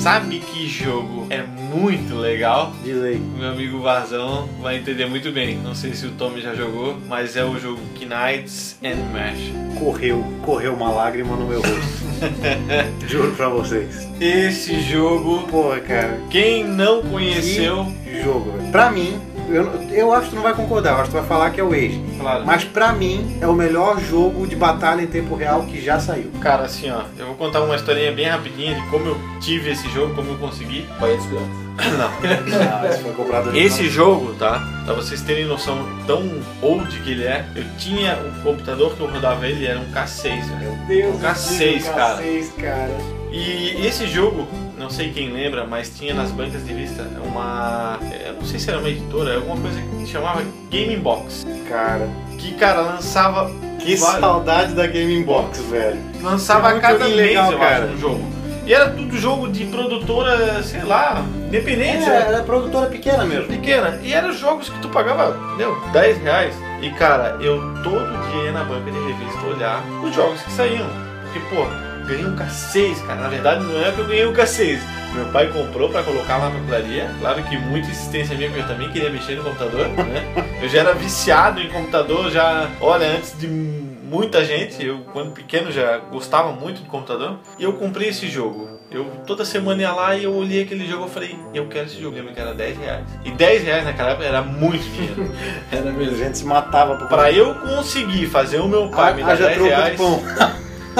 Speaker 3: Sabe que jogo é muito legal?
Speaker 1: Diz aí.
Speaker 3: Meu amigo Varzão vai entender muito bem. Não sei se o Tommy já jogou, mas é o jogo Knights and Mesh.
Speaker 1: Correu, correu uma lágrima no meu rosto. Juro pra vocês.
Speaker 3: Esse jogo,
Speaker 1: Porra, cara,
Speaker 3: quem não conheceu,
Speaker 1: que jogo, velho. Pra mim, eu, eu acho que tu não vai concordar, eu acho que tu vai falar que é o Age.
Speaker 3: claro.
Speaker 1: Mas pra mim, é o melhor jogo de batalha em tempo real que já saiu.
Speaker 3: Cara, assim ó, eu vou contar uma historinha bem rapidinha de como eu tive esse jogo, como eu consegui.
Speaker 2: Banheiro de criança.
Speaker 3: Não.
Speaker 1: Ah, esse foi comprado ali
Speaker 3: Esse jogo, tá? Pra vocês terem noção tão old que ele é, eu tinha o computador que eu rodava ele, era um K6, velho.
Speaker 1: Meu Deus,
Speaker 3: K6, cara.
Speaker 1: K6, cara.
Speaker 3: E esse jogo, não sei quem lembra, mas tinha nas bancas de vista uma. é, Eu não sei se era uma editora, alguma coisa que chamava Game Box.
Speaker 1: Cara,
Speaker 3: Que, cara, lançava.
Speaker 1: que
Speaker 3: Vale.
Speaker 1: saudade da Game Box, velho.
Speaker 3: Lançava
Speaker 1: É
Speaker 3: a
Speaker 1: um
Speaker 3: cada
Speaker 1: joguinho
Speaker 3: mês,
Speaker 1: legal,
Speaker 3: eu
Speaker 1: cara.
Speaker 3: acho, um jogo. E era tudo jogo de produtora, sei lá, independente. né?
Speaker 1: É, era produtora pequena mesmo.
Speaker 3: pequena. E eram jogos que tu pagava, meu, 10 reais. E cara, eu todo dia ia na banca de revista olhar os jogos que saíam. Porque, pô, ganhei um K6, cara. Na verdade, não é que eu ganhei um K6. Meu pai comprou pra colocar lá na papelaria. Claro que muita insistência minha, porque eu também queria mexer no computador, né? Eu já era viciado em computador, já, olha, antes de muita gente, eu quando pequeno já gostava muito de computador. E eu comprei esse jogo. Eu toda semana ia lá e eu olhei aquele jogo e falei, eu quero esse jogo. Lembra que era 10 reais. E 10 reais naquela época era muito dinheiro.
Speaker 2: Era
Speaker 1: A
Speaker 2: mesmo.
Speaker 1: gente se matava por
Speaker 3: pra eu conseguir fazer o meu pai me dar
Speaker 1: Haja
Speaker 3: 10
Speaker 1: troco
Speaker 3: reais
Speaker 1: Ah, de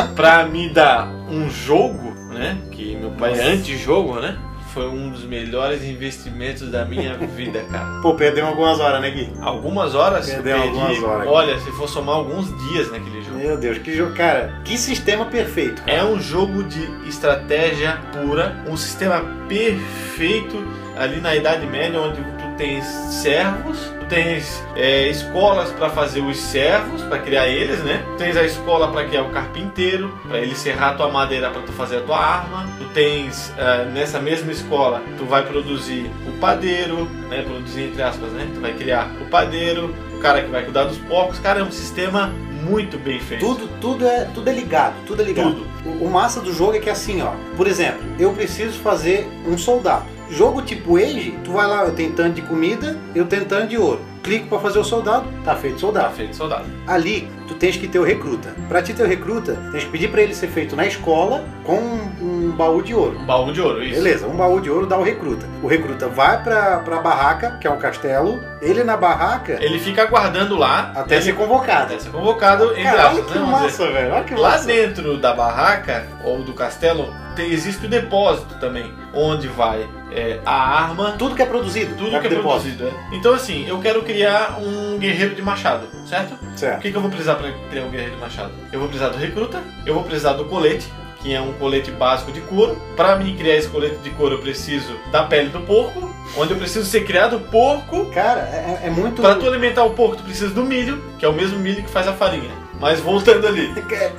Speaker 1: pão.
Speaker 3: pra me dar um jogo, né? Que meu pai é anti-jogo, né? Foi um dos melhores investimentos da minha vida, cara.
Speaker 1: Pô, perdemos algumas horas, né, Gui?
Speaker 3: Algumas horas
Speaker 1: Perdeu
Speaker 3: perdi.
Speaker 1: algumas horas.
Speaker 3: Olha, se for somar alguns dias naquele jogo.
Speaker 1: Meu Deus, que jogo. Cara, que sistema perfeito.
Speaker 3: É
Speaker 1: Cara.
Speaker 3: um jogo de estratégia pura, um sistema perfeito ali na Idade Média, onde tu tens servos, tu tens é, escolas para fazer os servos, para criar eles, né? Tu tens a escola para criar o carpinteiro, para ele serrar a tua madeira para tu fazer a tua arma. Tu tens ah, nessa mesma escola, tu vai produzir o padeiro, né? Produzir entre aspas, né? Tu vai criar o padeiro, o cara que vai cuidar dos porcos. Cara, é um sistema muito bem feito.
Speaker 1: Tudo, tudo, é, tudo é ligado, tudo é ligado.
Speaker 3: Tudo.
Speaker 1: O, o massa do jogo é que assim, ó. Por exemplo, eu preciso fazer um soldado. Jogo tipo Age, tu vai lá, eu tenho tanto de comida, eu tenho tanto de ouro. Clico pra fazer o soldado, tá feito
Speaker 3: Tá
Speaker 1: soldado.
Speaker 3: feito soldado.
Speaker 1: Ali, tu tens que ter o recruta. Pra te ter o recruta, tens que pedir pra ele ser feito na escola com um, um baú de ouro.
Speaker 3: Um baú de ouro, isso.
Speaker 1: Beleza, um baú de ouro dá o recruta. O recruta vai pra, pra barraca, que é um castelo. Ele na barraca,
Speaker 3: Ele fica aguardando lá
Speaker 1: até
Speaker 3: ele-
Speaker 1: ser convocado.
Speaker 3: até ser convocado. entre
Speaker 1: Cara, olha
Speaker 3: aspas,
Speaker 1: que
Speaker 3: né, vamos dizer.
Speaker 1: massa, velho. Olha que
Speaker 3: Lá
Speaker 1: massa.
Speaker 3: dentro da barraca ou do castelo tem- existe o depósito também, onde vai é, a arma,
Speaker 1: Tudo que é produzido.
Speaker 3: tudo
Speaker 1: vai
Speaker 3: que é
Speaker 1: pro depósito.
Speaker 3: produzido. é. Então assim, eu quero criar um guerreiro de machado, certo? O
Speaker 1: Certo.
Speaker 3: que, que eu vou precisar para criar um guerreiro de machado? Eu vou precisar do recruta, eu vou precisar do colete, que é um colete básico de couro. Para mim criar esse colete de couro, eu preciso da pele do porco, onde eu preciso ser criado porco.
Speaker 1: Cara, é, é muito.
Speaker 3: Para tu alimentar o porco, tu precisa do milho, que é o mesmo milho que faz a farinha. Mas voltando ali,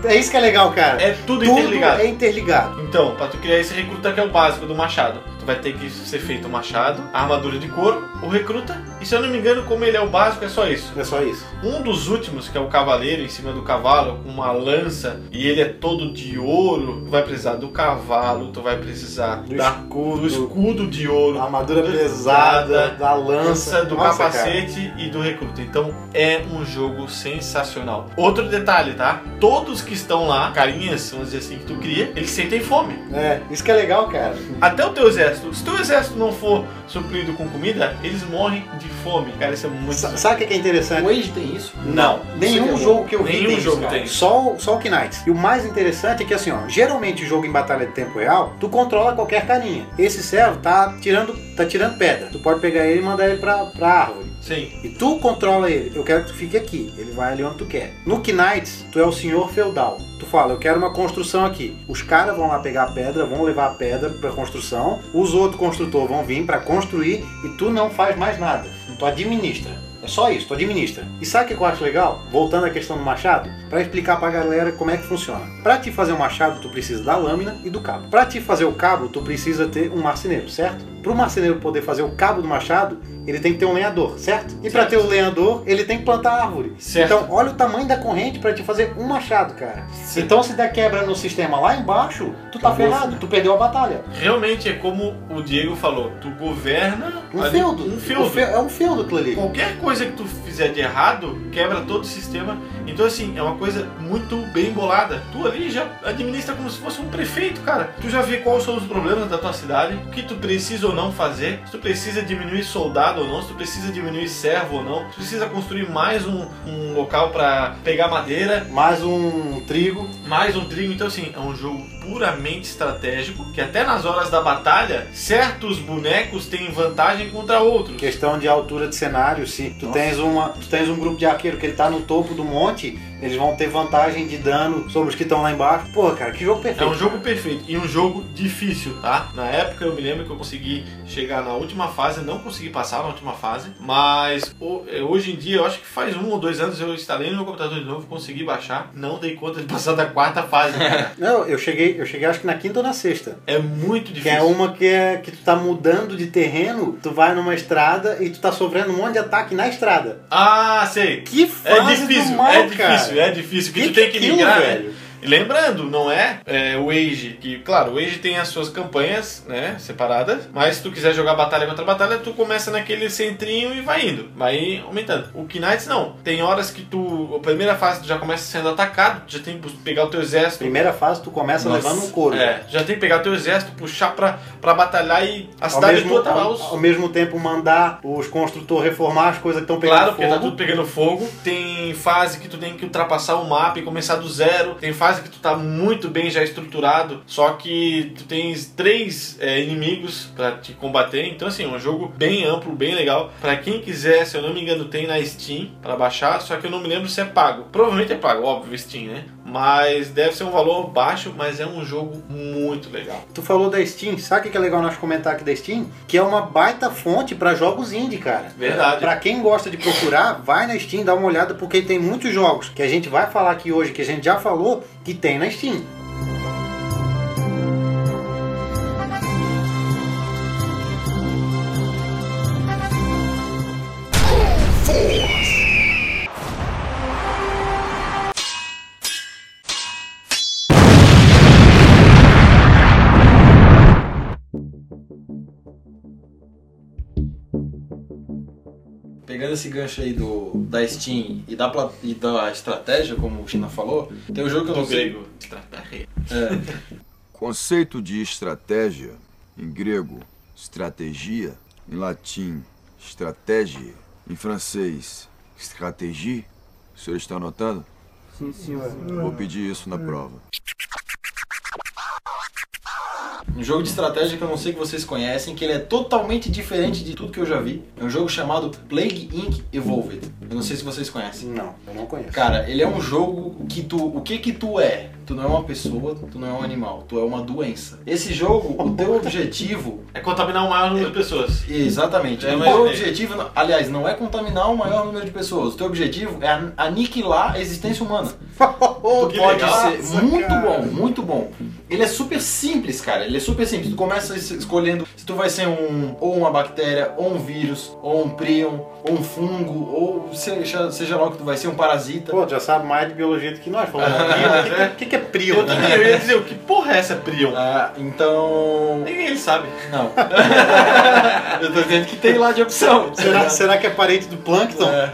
Speaker 1: É isso que é legal, cara.
Speaker 3: é tudo,
Speaker 1: Tudo
Speaker 3: interligado.
Speaker 1: é interligado.
Speaker 3: Então, pra tu criar esse recruta que é o básico do machado, tu vai ter que ser feito o machado, a armadura de couro, o recruta, e se eu não me engano, como ele é o básico, é só isso.
Speaker 1: É só isso.
Speaker 3: Um dos últimos, que é o cavaleiro em cima do cavalo, com uma lança, e ele é todo de ouro, tu vai precisar do cavalo, tu vai precisar
Speaker 1: Do
Speaker 3: da- do
Speaker 1: escudo,
Speaker 3: escudo de ouro,
Speaker 1: da armadura
Speaker 3: do-
Speaker 1: pesada, da lança,
Speaker 3: lança, do
Speaker 1: Nossa,
Speaker 3: capacete e do recruta. Então é um jogo sensacional. Outro detalhe, tá? Todos que estão lá, carinhas, vamos dizer assim, que tu cria, eles sentem fome.
Speaker 1: Cara. É, isso que é legal, cara.
Speaker 3: Até o teu exército. Se teu exército não for suprido com comida, eles morrem de fome. Cara, isso é muito.
Speaker 1: Sa- Sabe o que é interessante?
Speaker 2: O Age tem isso?
Speaker 3: Não.
Speaker 1: Nenhum
Speaker 2: Isso é
Speaker 1: jogo que eu vi
Speaker 3: Nenhum
Speaker 1: tem
Speaker 3: jogo
Speaker 1: isso, cara.
Speaker 3: tem.
Speaker 1: Só, o- só o Knights. E o mais interessante é que, assim, ó, geralmente jogo em batalha de tempo real, tu controla qualquer carinha. Esse servo tá tirando, tá tirando pedra. Tu pode pegar ele e mandar ele pra, pra árvore.
Speaker 3: Sim.
Speaker 1: E tu controla ele. Eu quero que tu fique aqui. Ele vai ali onde tu quer. No Knights, tu é o senhor feudal. Tu fala, eu quero uma construção aqui. Os caras vão lá pegar a pedra, vão levar a pedra pra construção. Os outros construtores vão vir pra construir. E tu não faz mais nada. Tu administra. É só isso, tu administra. E sabe o que eu acho legal? Voltando à questão do machado, pra explicar pra galera como é que funciona. Pra te fazer um machado, tu precisa da lâmina e do cabo. Pra te fazer o cabo, tu precisa ter um marceneiro, certo? Pro marceneiro poder fazer o cabo do machado, ele tem que ter um lenhador, certo? E pra
Speaker 3: Certo.
Speaker 1: ter o lenhador, ele tem que plantar árvore.
Speaker 3: Certo.
Speaker 1: Então, olha o tamanho da corrente pra te fazer um machado, cara. Então, se der quebra no sistema lá embaixo, tu tá
Speaker 2: Acabou.
Speaker 1: ferrado, tu perdeu a batalha.
Speaker 3: Realmente é como o Diego falou: tu governa
Speaker 1: Um
Speaker 3: ali-
Speaker 1: feudo.
Speaker 3: Um feudo.
Speaker 1: O fe- É um feudo aquilo ali.
Speaker 3: Qualquer coisa que tu fizer de errado, quebra todo o sistema. Então, assim, é uma coisa muito bem bolada. Tu ali já administra como se fosse um prefeito, cara. Tu já vê quais são os problemas da tua cidade, o que tu precisa ou não fazer, se tu precisa diminuir soldado ou não, se tu precisa diminuir servo ou não, se tu precisa construir mais um, um local pra pegar madeira,
Speaker 1: Mais um trigo.
Speaker 3: mais um trigo. Então, assim, é um jogo puramente estratégico que até nas horas da batalha, certos bonecos têm vantagem contra outros.
Speaker 1: Questão de altura de cenário, se tu
Speaker 2: Nossa.
Speaker 1: tens, uma, tu tens um grupo de arqueiro que ele tá no topo do monte, eles vão ter vantagem de dano sobre os que estão lá embaixo. Porra, cara, que jogo
Speaker 3: É
Speaker 1: perfeito.
Speaker 3: um jogo perfeito e um jogo difícil, tá? Na época eu me lembro que eu consegui chegar na última fase, não consegui passar na última fase, mas ho- eh, hoje em dia, eu acho que faz um ou dois anos eu instalei no meu computador de novo, consegui baixar, não dei conta de passar da quarta fase. cara.
Speaker 1: Não, eu cheguei, eu cheguei acho que na quinta ou na sexta.
Speaker 3: É muito
Speaker 1: Que é
Speaker 3: difícil.
Speaker 1: uma que é que tu tá mudando de terreno, tu vai numa estrada e tu tá sofrendo um monte de ataque na estrada.
Speaker 3: Ah, sei.
Speaker 1: Que fase
Speaker 3: É difícil,
Speaker 1: do mal,
Speaker 3: é difícil,
Speaker 1: cara.
Speaker 3: é difícil, que,
Speaker 1: Que
Speaker 3: tu tem que
Speaker 1: aquilo,
Speaker 3: migrar, né?
Speaker 1: velho.
Speaker 3: E Lembrando, não é, é, o Age, que claro, o Age tem as suas campanhas, né, separadas, mas se tu quiser jogar batalha contra batalha, tu começa naquele centrinho e vai indo, vai aumentando. O Knights não, tem horas que tu, a primeira fase tu já começa sendo atacado, tu já tem que pegar o teu exército,
Speaker 1: Primeira fase tu começa
Speaker 2: Nossa,
Speaker 1: levando um couro.
Speaker 3: é, já tem que pegar o teu exército, puxar pra, pra batalhar e a
Speaker 1: Ao
Speaker 3: cidade é
Speaker 1: mesmo,
Speaker 3: toda lá,
Speaker 1: ao,
Speaker 3: os...
Speaker 1: ao mesmo tempo mandar os construtores reformar as coisas que estão pegando
Speaker 3: Claro, porque tá
Speaker 1: fogo.
Speaker 3: tudo pegando fogo. Tem fase que tu tem que ultrapassar o mapa e começar do zero. Tem fase que tu tá muito bem já estruturado. Só que tu tens três é, inimigos pra te combater. Então, assim, é um jogo bem amplo, bem legal. Pra quem quiser, se eu não me engano, tem na Steam pra baixar. Só que eu não me lembro se é pago. Provavelmente é pago, óbvio, Steam, né? Mas deve ser um valor baixo, mas é um jogo muito legal.
Speaker 1: Tu falou da Steam, sabe o que que é legal nós comentar aqui da Steam? Que é uma baita fonte pra jogos indie, cara.
Speaker 3: Verdade.
Speaker 1: É, Pra quem gosta de procurar, vai na Steam, dá uma olhada, porque tem muitos jogos que a gente vai falar aqui hoje, que a gente já falou, que tem na Steam.
Speaker 2: pegando esse gancho aí do, da Steam e da, pla- e da estratégia, como o China falou, tem um jogo que eu não
Speaker 3: Do
Speaker 2: sei.
Speaker 3: grego. Estratégia.
Speaker 2: É,
Speaker 4: Conceito de estratégia, em grego, strategia, em latim, estratégia, em francês, stratégie. O senhor está anotando?
Speaker 5: Sim, senhor. É.
Speaker 4: Vou pedir isso na prova.
Speaker 2: um jogo de estratégia que eu não sei que vocês conhecem, que ele é totalmente diferente de tudo que eu já vi. É um jogo chamado Plague Inc. Evolved. Eu não sei se vocês conhecem.
Speaker 1: Não, eu não conheço.
Speaker 2: Cara, ele é um jogo que tu. O que que tu é? Tu não é uma pessoa, tu não é um animal, tu é uma doença. Esse jogo, o teu objetivo.
Speaker 3: É contaminar o maior número de pessoas.
Speaker 2: Exatamente.
Speaker 3: É,
Speaker 2: o
Speaker 3: mas-
Speaker 2: teu objetivo, aliás, não é contaminar o maior número de pessoas. O teu objetivo é an- aniquilar a existência humana.
Speaker 1: Oh,
Speaker 2: Tu
Speaker 3: que
Speaker 2: pode
Speaker 3: legal.
Speaker 2: ser
Speaker 1: Nossa,
Speaker 2: muito
Speaker 1: cara.
Speaker 2: bom, muito bom. Ele é super simples, cara. Ele é super simples. Tu começa es- escolhendo se tu vai ser um ou uma bactéria, ou um vírus, ou um prion, ou um fungo, ou seja, seja lá o que tu vai ser, um parasita.
Speaker 1: Pô, já sabe mais de biologia do que nós. Falando aqui, o que, que, que é prion?
Speaker 3: Eu também eu ia dizer, o que porra é essa Prion?
Speaker 2: Ah, então.
Speaker 3: Ninguém ele sabe.
Speaker 2: Não. Eu tô dizendo que tem lá de opção.
Speaker 1: Será, será que é parente do plâncton?
Speaker 2: É.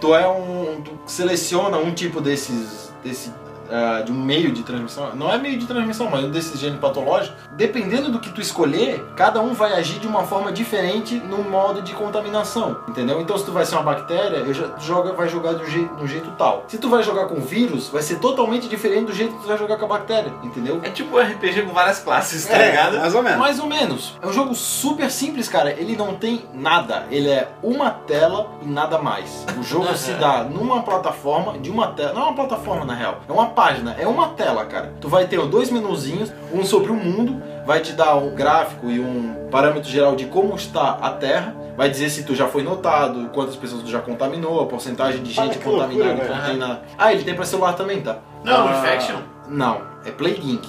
Speaker 2: tu é um. Tu seleciona um tipo desses. desse. ah, de um meio de transmissão. Não é meio de transmissão, mas um desses genes patológicos. Dependendo do que tu escolher, cada um vai agir de uma forma diferente no modo de contaminação. Entendeu? Então se tu vai ser uma bactéria, eu já- tu joga, vai jogar do jeito, de um jeito tal. Se tu vai jogar com vírus, vai ser totalmente diferente do jeito que tu vai jogar com a bactéria, entendeu?
Speaker 3: É tipo um RPG com várias classes, tá
Speaker 1: É,
Speaker 3: ligado?
Speaker 1: mais ou menos.
Speaker 2: Mais ou menos. É um jogo super simples, cara. Ele não tem nada. Ele é uma tela e nada mais. O jogo se dá numa plataforma, de uma tela. Não é uma plataforma, na real. É uma página. É uma tela, cara. Tu vai ter dois menuzinhos, um sobre o mundo, vai te dar um gráfico e um parâmetro geral de como está a Terra. Vai dizer se tu já foi notado, quantas pessoas tu já contaminou, a porcentagem de
Speaker 1: Olha
Speaker 2: gente
Speaker 1: que loucura,
Speaker 2: contaminada.
Speaker 1: velho.
Speaker 2: contaminada. Ah, ele tem pra celular também, tá?
Speaker 3: Não,
Speaker 2: Ah,
Speaker 3: Infection.
Speaker 2: Não, é Plague Inc.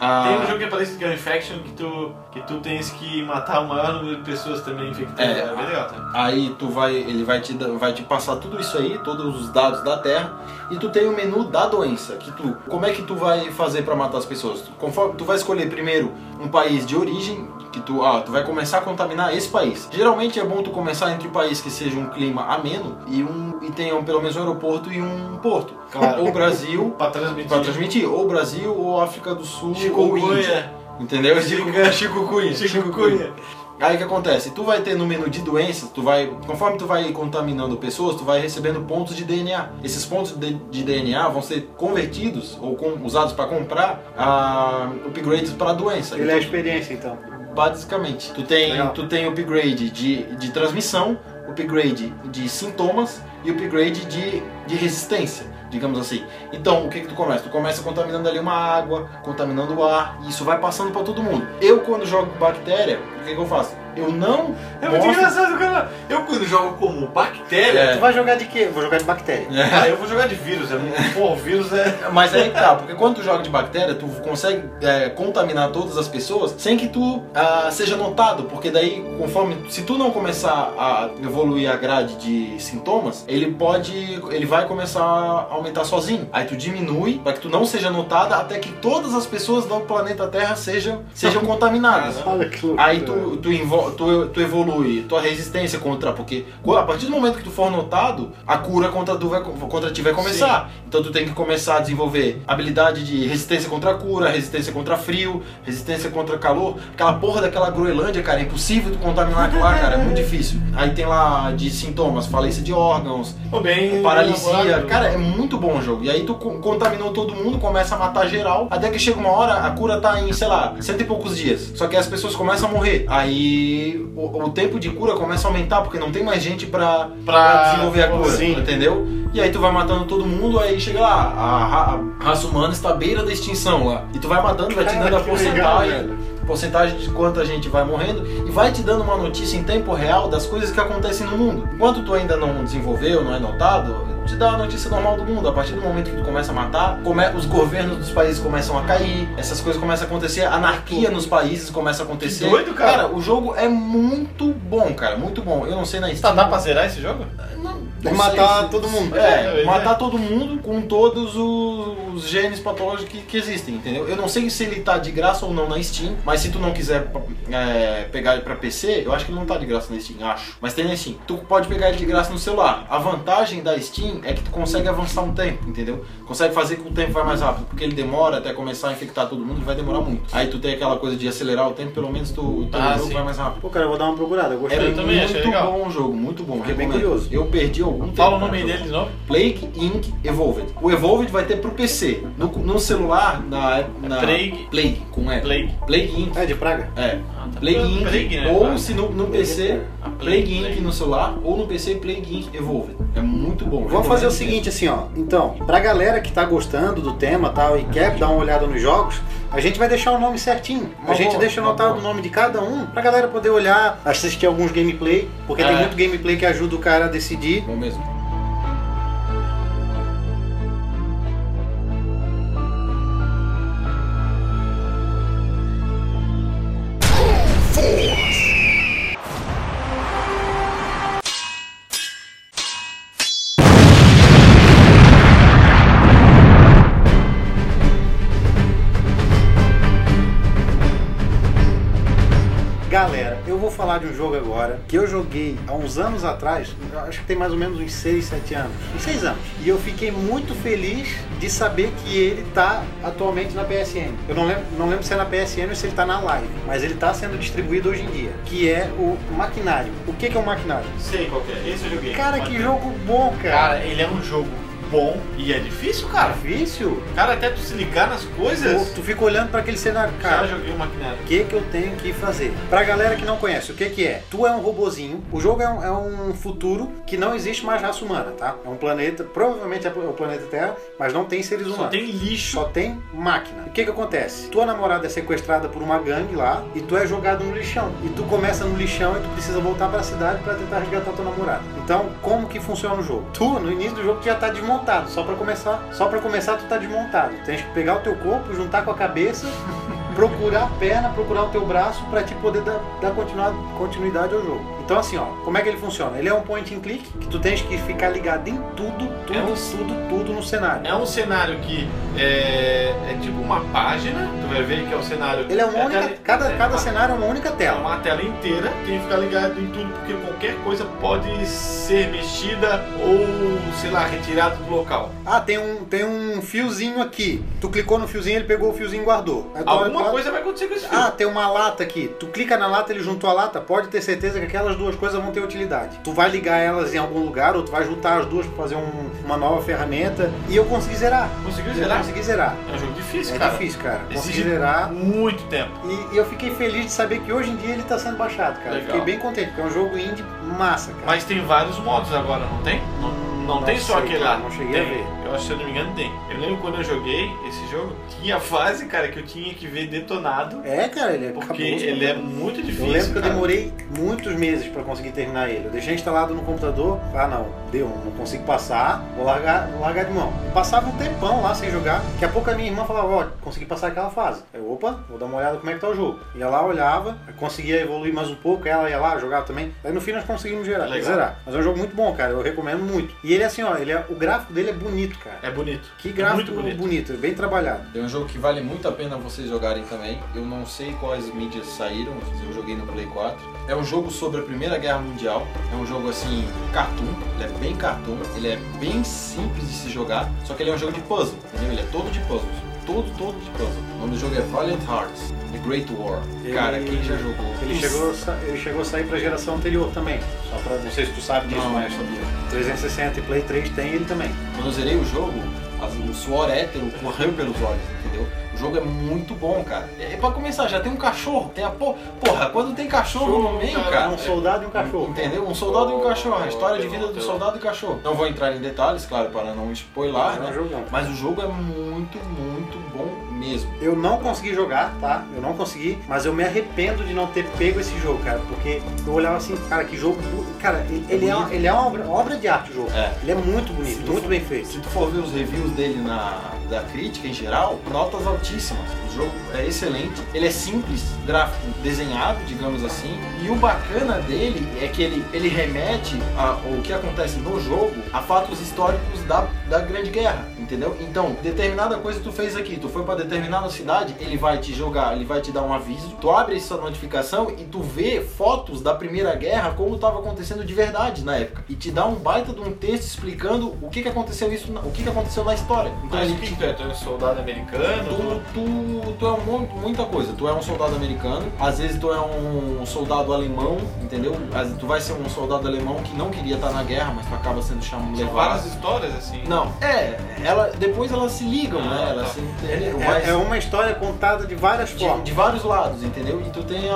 Speaker 2: Ah,
Speaker 3: Tem um jogo que aparece que é o Infection que tu, que tu tens que matar o maior número de pessoas também infectadas.
Speaker 2: É.
Speaker 3: É, bem legal, tá?
Speaker 2: Aí tu vai, ele vai te, dar- vai te passar tudo isso aí, todos os dados da Terra, e tu tem o menu da doença, que tu, como é que tu vai fazer pra matar as pessoas? Tu, conforme tu vai escolher primeiro um país de origem, que tu, ah, tu vai começar a contaminar esse país. Geralmente é bom tu começar entre um país que seja um clima ameno e um e tenha um- pelo menos um aeroporto e um porto.
Speaker 3: Claro.
Speaker 2: Ou Brasil,
Speaker 3: Pra transmitir.
Speaker 2: pra transmitir, ou Brasil, ou África do Sul, ou Índia.
Speaker 3: Chikungunya.
Speaker 2: Entendeu?
Speaker 3: Chikungunya.
Speaker 2: Chikungunya.
Speaker 3: Chikungunya.
Speaker 2: Aí o que acontece? Tu vai ter no menu de doenças, tu vai, conforme tu vai contaminando pessoas, tu vai recebendo pontos de DNA. Esses pontos de, de DNA vão ser convertidos ou com- usados para comprar ah, upgrades para doença.
Speaker 1: Ele é a experiência, então.
Speaker 2: Basicamente, tu tem,
Speaker 1: Legal.
Speaker 2: tu tem upgrade de, de transmissão, upgrade de sintomas e upgrade de, de resistência, digamos assim. Então, o que, que tu começa? Tu começa contaminando ali uma água, contaminando o ar, e isso vai passando pra todo mundo. Eu, quando jogo com bactéria, o que, que eu faço? Eu não.
Speaker 3: É muito
Speaker 2: mostro-
Speaker 3: engraçado, cara. Eu quando jogo como
Speaker 2: É.
Speaker 3: bactéria,
Speaker 1: Tu vai jogar de quê? Vou jogar de bactéria.
Speaker 3: cara, eu vou jogar de vírus. É, muito- porra, o vírus é.
Speaker 2: Mas aí que tá, porque quando tu joga de bactéria, tu consegue é, contaminar todas as pessoas sem que tu ah, seja notado, porque daí, conforme. Se tu não começar a evoluir a grade de sintomas, ele pode. ele vai começar a aumentar sozinho. Aí tu diminui pra que tu não seja notada até que todas as pessoas do planeta Terra sejam, sejam contaminadas.
Speaker 1: Olha que loucura.
Speaker 2: Aí tu, tu, invo- tu, tu evolui tua resistência contra, porque co- a partir do momento que tu for notado, a cura contra, tu vai, co- contra ti vai começar. Então tu tem que começar a desenvolver habilidade de resistência contra a cura, resistência contra frio, resistência contra calor. Aquela porra daquela Groenlândia, cara, é impossível tu contaminar aquilo lá, cara, é muito difícil. Aí tem lá de sintomas, falência de órgãos,
Speaker 3: Pô, bem.
Speaker 2: paralisia.
Speaker 3: elaborado.
Speaker 2: É, Cara, é muito bom o jogo. E aí tu co- contaminou todo mundo, começa a matar geral, até que chega uma hora, a cura tá em, sei lá, cento e poucos dias. Só que as pessoas começam a morrer. Aí o, o tempo de cura começa a aumentar, porque não tem mais gente pra, pra
Speaker 3: Pra
Speaker 2: desenvolver a cura,
Speaker 3: Sim.
Speaker 2: entendeu? E aí tu vai matando todo mundo, aí chega lá, a, ra- a raça humana está à beira da extinção lá. E tu vai matando, vai te
Speaker 1: Cara,
Speaker 2: dando a
Speaker 1: que legal,
Speaker 2: porcentagem
Speaker 1: velho.
Speaker 2: porcentagem de quanta gente vai morrendo e vai te dando uma notícia em tempo real das coisas que acontecem no mundo. Enquanto tu ainda não desenvolveu, não é notado, te dá a notícia normal do mundo. A partir do momento que tu começa a matar, come- os governos dos países começam a cair, essas coisas começam a acontecer, anarquia nos países começa a acontecer.
Speaker 3: Que doido, cara.
Speaker 2: o jogo é muito bom, cara, muito bom. Eu não sei na
Speaker 3: Tá,
Speaker 2: Steam.
Speaker 3: dá pra zerar esse jogo?
Speaker 2: Não,
Speaker 1: Vai matar todo mundo.
Speaker 2: É, matar todo mundo com todos os, os genes patológicos que, que existem, entendeu? Eu não sei se ele tá de graça ou não na Steam, mas se tu não quiser é, pegar ele pra PC, eu acho que ele não tá de graça na Steam, acho. Mas tem na Steam. Tu pode pegar ele de graça no celular. A vantagem da Steam é que tu consegue avançar um tempo, entendeu? Consegue fazer com que o tempo vai mais rápido, porque ele demora até começar a infectar todo mundo, ele vai demorar muito. Aí tu tem aquela coisa de acelerar o tempo, pelo menos tu, o teu
Speaker 5: Ah,
Speaker 2: jogo
Speaker 5: sim.
Speaker 2: vai mais rápido.
Speaker 1: Pô, cara, eu vou dar uma procurada. Eu
Speaker 2: É
Speaker 1: gostei.
Speaker 5: Eu também achei
Speaker 2: muito
Speaker 5: legal.
Speaker 2: bom o jogo, muito bom.
Speaker 1: Fiquei bem
Speaker 2: recomendo.
Speaker 1: curioso.
Speaker 2: Eu perdi algum
Speaker 5: Fala o
Speaker 2: tempo,
Speaker 5: nome então.
Speaker 2: cara,
Speaker 5: dele de novo.
Speaker 2: Plague Inc. Evolved. O Evolved vai ter pro PC. No, no celular, na. na
Speaker 5: Plague.
Speaker 2: Plague, com E.
Speaker 5: Plague.
Speaker 2: Plague Inc.
Speaker 1: É, de praga?
Speaker 2: É.
Speaker 5: Ah, tá.
Speaker 2: Plague Inc.
Speaker 5: Plague, né?
Speaker 2: ou
Speaker 5: Claro.
Speaker 2: se no, no PC,
Speaker 1: é
Speaker 5: Ah, Plague,
Speaker 2: Plague Inc.
Speaker 5: Plague.
Speaker 2: no celular, ou no PC, Plague Inc. Evolved. É muito bom.
Speaker 1: Vamos fazer o seguinte assim, ó. Então, pra galera que tá gostando do tema tal e quer dar uma olhada nos jogos, a gente vai deixar o nome certinho.
Speaker 2: Uma
Speaker 1: a gente
Speaker 2: boa,
Speaker 1: deixa
Speaker 2: uma
Speaker 1: anotado
Speaker 2: boa.
Speaker 1: o nome de cada um pra galera poder olhar, assistir alguns gameplay, porque tem
Speaker 5: É.
Speaker 1: muito gameplay que ajuda o cara a decidir.
Speaker 2: Bom mesmo.
Speaker 1: Galera, eu vou falar de um jogo agora que eu joguei há uns anos atrás, eu acho que tem mais ou menos uns 6, 7 anos, uns 6 anos. E eu fiquei muito feliz de saber que ele tá atualmente na PSN. Eu não lembro, não lembro se é na PSN ou se ele tá na live, mas ele tá sendo distribuído hoje em dia, que é o Maquinário. O que, que é o Maquinário?
Speaker 3: Sei qual que é. Esse eu joguei.
Speaker 1: Cara,
Speaker 3: Mas-
Speaker 1: que jogo bom, cara.
Speaker 3: Cara, ele é um jogo bom e é difícil, cara.
Speaker 1: Vício?
Speaker 3: Cara, até tu se ligar nas
Speaker 1: Tu,
Speaker 3: coisas.
Speaker 1: tu fica olhando pra aquele cenário,
Speaker 3: Cara,
Speaker 1: cara.
Speaker 3: já joguei o maquinário.
Speaker 1: O que, que eu tenho que fazer? Pra galera que não conhece, o que, que é? Tu é um robozinho, o jogo é um, é um futuro que não existe mais raça humana, tá? É um planeta, provavelmente é o planeta Terra, mas não tem seres
Speaker 3: Só
Speaker 1: humanos.
Speaker 3: tem lixo.
Speaker 1: Só tem máquina. O que que acontece? Tua namorada é sequestrada por uma gangue lá e tu é jogado no lixão. E tu começa no lixão e tu precisa voltar pra cidade pra tentar resgatar tua namorada. Então, como que funciona o jogo? Tu, no início do jogo, tu já tá desmontado. Só pra começar, só para começar tu tá desmontado. Tens que pegar o teu corpo, juntar com a cabeça, procurar a perna, procurar o teu braço pra te poder dar, dar continua- continuidade ao jogo. Então assim, ó, como é que ele funciona? Ele é um point and click que tu tens que ficar ligado em tudo, tudo,
Speaker 3: É um-
Speaker 1: tudo, tudo no cenário.
Speaker 3: É um cenário que é, é tipo uma página. Tu vai ver que é um cenário.
Speaker 1: Ele é uma única.
Speaker 3: tele-
Speaker 1: cada
Speaker 3: é
Speaker 1: cada
Speaker 3: uma-
Speaker 1: cenário é uma única
Speaker 3: É
Speaker 1: tela.
Speaker 3: uma tela inteira, tem que ficar ligado em tudo, porque qualquer coisa pode ser mexida ou, sei lá, retirada do local.
Speaker 1: Ah, tem um, tem um fiozinho aqui. Tu clicou no fiozinho, ele pegou o fiozinho e guardou. Aí tu olha pro
Speaker 3: Alguma
Speaker 1: lado,
Speaker 3: coisa vai acontecer com esse filme.
Speaker 1: Então, Ah, tem uma lata aqui. Tu clica na lata, ele juntou a lata. Pode ter certeza que aquelas duas coisas vão ter utilidade. Tu vai ligar elas em algum lugar ou tu vai juntar as duas pra fazer um- uma nova ferramenta. E eu consegui zerar.
Speaker 3: Conseguiu
Speaker 1: Eu
Speaker 3: zerar?
Speaker 1: consegui zerar.
Speaker 3: É um jogo difícil,
Speaker 1: é
Speaker 3: cara.
Speaker 1: difícil, cara. Consegui
Speaker 3: Exige
Speaker 1: zerar.
Speaker 3: muito tempo.
Speaker 1: E, e eu fiquei feliz de saber que hoje em dia ele tá sendo baixado, cara. Eu
Speaker 3: Legal.
Speaker 1: Fiquei bem contente, porque é um jogo indie massa, cara.
Speaker 3: Mas tem vários modos agora, não tem? Não, não
Speaker 1: Não
Speaker 3: tem só
Speaker 1: sei,
Speaker 3: aquele
Speaker 1: cara,
Speaker 3: lá.
Speaker 1: não cheguei
Speaker 3: tem.
Speaker 1: a ver.
Speaker 3: Eu acho, se eu não me engano, tem. Eu lembro quando eu joguei esse jogo, tinha fase, cara, que eu tinha que ver detonado.
Speaker 1: É, cara, ele é
Speaker 3: Porque
Speaker 1: cabuloso,
Speaker 3: ele é
Speaker 1: cara.
Speaker 3: muito
Speaker 1: Eu
Speaker 3: difícil.
Speaker 1: lembro que eu
Speaker 3: cara.
Speaker 1: demorei muitos meses pra conseguir terminar ele. Eu deixei instalado no computador. Ah, não, deu, não consigo passar, vou largar, vou largar de mão. Passava um tempão lá sem jogar. Daqui a pouco a minha irmã falava: Ó, consegui passar aquela fase. Eu, opa, vou dar uma olhada como é que tá o jogo. Ia lá, olhava, conseguia evoluir mais um pouco. Ela ia lá, jogava também. Aí no fim nós conseguimos gerar,
Speaker 3: Legal.
Speaker 1: zerar. Mas é um jogo muito bom, cara, eu recomendo muito. E ele, assim, ó, ele é, o gráfico dele é bonito, cara.
Speaker 3: É bonito.
Speaker 1: Que gráfico
Speaker 3: Muito bonito.
Speaker 1: bonito, bem trabalhado.
Speaker 2: É um jogo que vale muito a pena vocês jogarem também. Eu não sei quais mídias saíram, mas eu joguei no Play 4. É um jogo sobre a Primeira Guerra Mundial. É um jogo assim, cartoon. Ele é bem cartoon. Ele é bem simples de se jogar. Só que ele é um jogo de puzzle, entendeu? Ele é todo de puzzles. Todo, todo de puzzle. O nome do jogo é Valiant Hearts The Great War. Cara, quem já jogou?
Speaker 1: Ele
Speaker 2: Isso.
Speaker 1: chegou, a sa- ele chegou a sair pra geração anterior também. Só pra, não sei se tu sabe disso,
Speaker 2: Não,
Speaker 1: mas
Speaker 2: mas sabia.
Speaker 1: 360 e Play 3 tem ele também.
Speaker 2: Quando eu zerei o jogo, as- o suor hétero correu pelos olhos, entendeu? O jogo é muito bom, cara. É pra começar, já tem um cachorro, tem a por... Porra, quando tem cachorro um no meio,
Speaker 1: É
Speaker 2: cara.
Speaker 1: um soldado e um cachorro.
Speaker 2: Entendeu? Um soldado e um cachorro, a história de vida do soldado e cachorro. Não vou entrar em detalhes, claro, para não spoiler,
Speaker 1: É um
Speaker 2: né?
Speaker 1: jogão.
Speaker 2: Mas o jogo é muito, muito bom mesmo.
Speaker 1: Eu não consegui jogar, tá? Eu não consegui, mas eu me arrependo de não ter pego esse jogo, cara, porque eu olhava assim, cara, que jogo. bu- Cara, ele, ele é, uma- ele é uma obra, obra de arte o jogo.
Speaker 2: É.
Speaker 1: Ele é muito bonito, muito bem feito.
Speaker 2: Se tu for ver os reviews dele na, da crítica em geral, notas altíssimas. O jogo é excelente, ele é simples, gráfico desenhado, digamos assim, e o bacana dele é que ele, ele remete ao que acontece no jogo a fatos históricos da, da Grande Guerra, entendeu? Então, determinada coisa tu fez aqui, tu foi pra determinada cidade, ele vai te jogar, ele vai te dar um aviso, tu abre essa notificação e tu vê fotos da Primeira Guerra como tava acontecendo de verdade na época. E te dá um baita de um texto explicando o que que aconteceu isso, na- o que que aconteceu na história. Então,
Speaker 3: Mas
Speaker 2: ele
Speaker 3: o que que tu é? Tu é um soldado americano?
Speaker 2: Tu, tu, tu é um monte, muita coisa. Tu é um soldado americano, às vezes tu é um soldado alemão, entendeu? Às vezes tu vai ser um soldado alemão que não queria estar na guerra, mas tu acaba sendo chamado
Speaker 3: São
Speaker 2: levado.
Speaker 3: várias histórias assim.
Speaker 2: Não, é, ela, depois elas se ligam, né?
Speaker 3: Ah,
Speaker 2: Elas
Speaker 3: tá.
Speaker 2: se
Speaker 1: É,
Speaker 2: entendem. mas-
Speaker 1: é tipo- uma história contada de várias
Speaker 2: de,
Speaker 1: formas.
Speaker 2: de vários lados, entendeu? E tu tem a,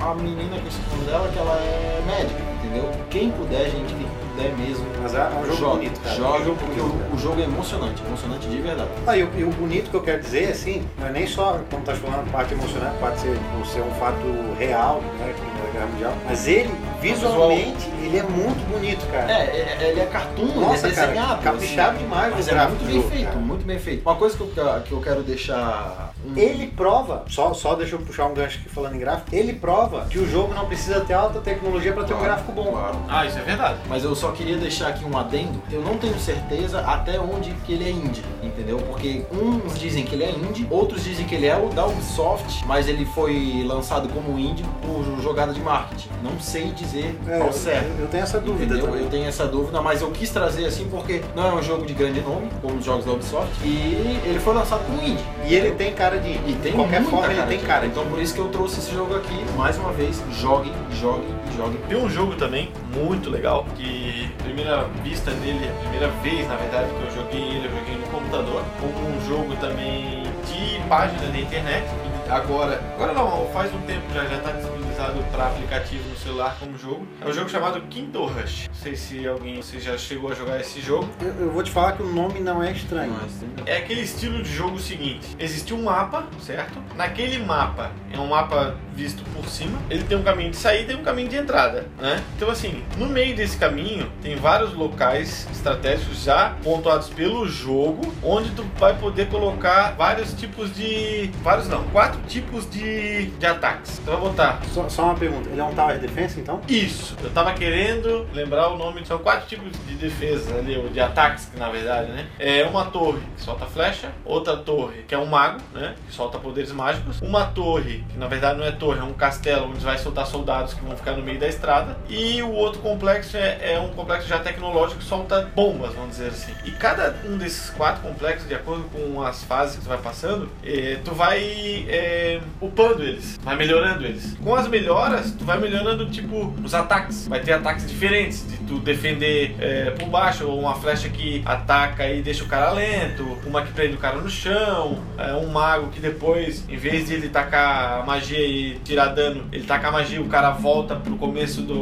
Speaker 2: a, a menina que eu esqueci o nome dela, que ela é médica, entendeu? Quem puder, gente, quem puder mesmo.
Speaker 1: Mas é um jogo
Speaker 2: joga,
Speaker 1: bonito, cara.
Speaker 2: Joga,
Speaker 1: É um jogo
Speaker 2: porque
Speaker 1: bonito.
Speaker 2: o, o jogo é emocionante, emocionante de verdade.
Speaker 1: Ah, e, o, e o bonito que eu quero dizer, assim, não é nem só quando tá falando parte emocionante, pode ser, ou ser um fato real, né, Primeira Guerra Mundial, mas ele, visualmente, ele é muito bonito,
Speaker 2: É,
Speaker 1: cara.
Speaker 2: é- é- ele é cartoon,
Speaker 1: Nossa,
Speaker 2: ele é
Speaker 1: cara,
Speaker 2: desenhado.
Speaker 1: caprichado
Speaker 2: assim.
Speaker 1: demais
Speaker 2: Mas
Speaker 1: no
Speaker 2: é
Speaker 1: gráfico
Speaker 2: muito
Speaker 1: do
Speaker 2: bem
Speaker 1: jogo,
Speaker 2: feito,
Speaker 1: cara.
Speaker 2: muito bem feito. Uma coisa que eu, que eu quero deixar. um-
Speaker 1: Ele prova, só, só deixa eu puxar um gancho aqui falando em gráfico, ele prova que o jogo não precisa ter alta tecnologia pra ter um
Speaker 2: Claro,
Speaker 1: gráfico bom.
Speaker 2: Claro.
Speaker 3: Ah, isso é verdade.
Speaker 2: Mas eu só queria deixar aqui um adendo. Eu não tenho certeza até onde que ele é indie, entendeu? Porque uns dizem que ele é indie, outros dizem que ele é o da Ubisoft, mas ele foi lançado como um indie por jogada de marketing. Não sei dizer
Speaker 1: É,
Speaker 2: ao
Speaker 1: eu-
Speaker 2: Tá certo.
Speaker 1: eu, tenho essa dúvida
Speaker 2: Entendeu?
Speaker 1: também.
Speaker 2: Eu tenho essa dúvida, mas eu quis trazer assim porque não é um jogo de grande nome, como os jogos da Ubisoft, e ele foi lançado como indie.
Speaker 1: E ele tem cara de.
Speaker 2: E
Speaker 1: de
Speaker 2: tem
Speaker 1: qualquer
Speaker 2: muita
Speaker 1: forma,
Speaker 2: cara
Speaker 1: ele tem
Speaker 2: de-
Speaker 1: cara. de-
Speaker 2: Então por isso que eu trouxe esse jogo aqui, mais uma vez, joguem, joguem, joguem.
Speaker 3: Tem um jogo também muito legal que a primeira vista dele, a primeira vez na verdade que eu joguei ele, eu joguei no computador, como um jogo também de página da internet. E Agora, agora não, faz um tempo já já está disponibilizado para aplicativo no celular como jogo. É um jogo chamado Kindle Rush. Não sei se alguém se já chegou a jogar esse jogo.
Speaker 1: Eu, eu vou te falar que o nome não é estranho.
Speaker 3: É aquele estilo de jogo seguinte: existe um mapa, certo? Naquele mapa, é um mapa visto por cima, ele tem um caminho de saída e um caminho de entrada, né? Então, assim, no meio desse caminho, tem vários locais estratégicos já pontuados pelo jogo, onde tu vai poder colocar vários tipos de. vários não, quatro tipos de, de ataques. Então, vai botar
Speaker 1: Só, só uma pergunta, ele é um Tower Defense então?
Speaker 3: isso, eu tava querendo lembrar o nome. São quatro tipos de defesa ali, ou de ataques, que na verdade, né? É uma torre que solta flecha, outra torre que é um mago, né? Que solta poderes mágicos, uma torre que na verdade não é torre, é um castelo onde vai soltar soldados que vão ficar no meio da estrada, e o outro complexo é, é um complexo já tecnológico que solta bombas, vamos dizer assim. E cada um desses quatro complexos, de acordo com as fases que tu vai passando, eh, tu vai eh, upando eles, vai melhorando eles. Com as melhoras, tu vai melhorando, tipo, os ataques. Vai ter ataques diferentes, de tu defender eh, por baixo, ou uma flecha que ataca e deixa o cara lento, uma que prende o cara no chão, eh, um mago que depois, em vez de ele tacar a magia e tirar dano, ele taca a magia e o cara volta pro começo do,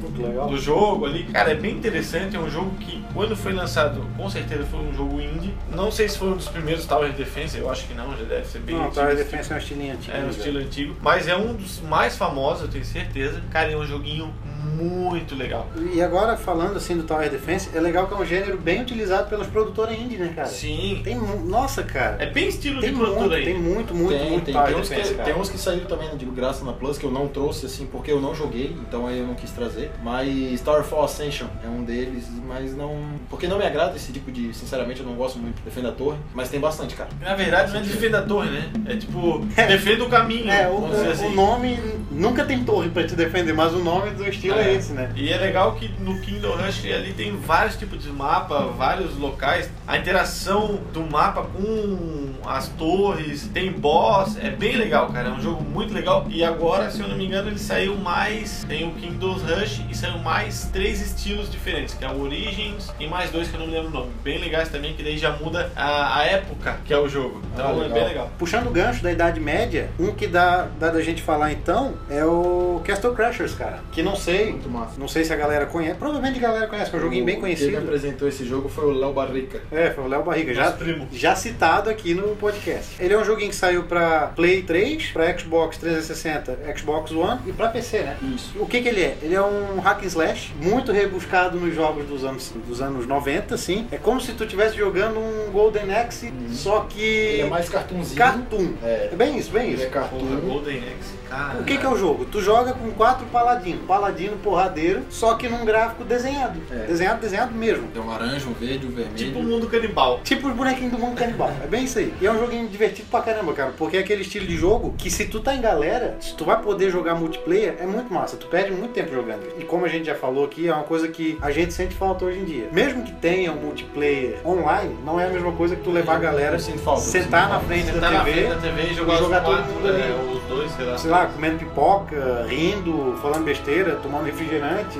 Speaker 1: Muito legal.
Speaker 3: do jogo ali. Cara, é bem interessante. É um jogo que, quando foi lançado, com certeza foi um jogo indie. Não sei se foi um dos primeiros Tower Defense, eu acho que não, já deve ser bem
Speaker 1: Não,
Speaker 3: antigo. assim.
Speaker 1: Tower Defense é um estilinho antigo.
Speaker 3: É um
Speaker 1: né?
Speaker 3: estilo antigo, mas é um dos mais famosos, eu tenho certeza. Cara, é um joguinho muito legal.
Speaker 1: E agora, falando assim do Tower Defense, é legal que é um gênero bem utilizado pelas produtoras indie, né, cara?
Speaker 3: Sim.
Speaker 1: Tem mu- Nossa, cara.
Speaker 3: É bem estilo
Speaker 1: tem
Speaker 3: de
Speaker 1: muito,
Speaker 3: produtora aí.
Speaker 1: tem muito, muito,
Speaker 2: tem,
Speaker 1: muito
Speaker 2: tem,
Speaker 1: Tower
Speaker 2: tem, uns
Speaker 1: Defense,
Speaker 2: que,
Speaker 1: cara.
Speaker 2: tem uns que saíram também de graça na Plus, que eu não trouxe, assim, porque eu não joguei, então aí eu não quis trazer. Mas Starfall Ascension é um deles, mas não... Porque não me agrada esse tipo de... Sinceramente, eu não gosto muito. Defenda a torre, mas tem bastante, cara.
Speaker 3: Na verdade, não é defenda a torre, né? É tipo, defenda o caminho.
Speaker 1: É, o,
Speaker 3: vamos dizer
Speaker 1: o-
Speaker 3: assim.
Speaker 1: o nome nunca tem torre pra te defender, mas o nome do estilo é,
Speaker 3: É.
Speaker 1: esse, né?
Speaker 3: E é legal que no Kingdom Rush ali tem vários tipos de mapa, vários locais. A interação do mapa com as torres, tem boss, é bem legal, cara. É um jogo muito legal. E agora, se eu não me engano, ele saiu mais. Tem o Kingdom Rush e saiu mais três estilos diferentes, que é o Origins e mais dois que eu não me lembro o nome. Bem legais também, que daí já muda a, a época que é o jogo. Então
Speaker 2: Ah,
Speaker 3: é
Speaker 2: legal.
Speaker 3: bem legal.
Speaker 1: Puxando o gancho da Idade Média, um que dá, dá da gente falar então é o Castle Crashers, cara. Que não sei sei.
Speaker 2: Muito massa.
Speaker 1: Não sei se a galera conhece. Provavelmente a galera conhece, que é um joguinho bem
Speaker 2: Quem me
Speaker 1: conhecido.
Speaker 2: apresentou esse jogo foi o Léo Barrica.
Speaker 1: É, foi o Léo Barriga, já,
Speaker 3: Nosso primo.
Speaker 1: já citado aqui no podcast. Ele é um joguinho que saiu pra Play 3, pra Xbox 360, Xbox One e pra PC, né?
Speaker 2: Isso.
Speaker 1: O que, que ele é? Ele é um hack and slash muito rebuscado nos jogos dos anos, dos anos 90, assim. É como se tu estivesse jogando um Golden Axe, só que
Speaker 2: Uhum. Ele é mais cartunzinho.
Speaker 1: cartoon.
Speaker 2: É.
Speaker 1: É bem isso, bem
Speaker 2: Ele é
Speaker 1: isso.
Speaker 3: Porra,
Speaker 2: cartoon.
Speaker 3: Golden Axe, cara.
Speaker 1: O que, que é o jogo? Tu joga com quatro paladinos. Paladino porradeiro, só que num gráfico desenhado.
Speaker 2: É.
Speaker 1: Desenhado, desenhado mesmo.
Speaker 2: Tem um laranja, um verde, um vermelho.
Speaker 3: Tipo o mundo canibal.
Speaker 1: Tipo os bonequinhos do mundo canibal. É bem isso aí. E é um joguinho divertido pra caramba, cara. Porque é aquele estilo de jogo que se tu tá em galera, se tu vai poder jogar multiplayer, é muito massa. Tu perde muito tempo jogando. E como a gente já falou aqui, é uma coisa que a gente sente falta hoje em dia. Mesmo que tenha um multiplayer online, não é a mesma coisa que tu levar a galera,
Speaker 2: Eu sinto falta, eu sinto
Speaker 1: sentar na
Speaker 2: falta.
Speaker 1: frente
Speaker 3: Você
Speaker 1: da
Speaker 3: tá na
Speaker 1: TV,
Speaker 3: frente da TV e jogar,
Speaker 1: e jogar
Speaker 3: os
Speaker 1: todo
Speaker 3: quatro,
Speaker 1: mundo
Speaker 3: é,
Speaker 1: ali.
Speaker 3: os dois, sei lá.
Speaker 1: sei lá, comendo pipoca, rindo, falando besteira, tomando refrigerante.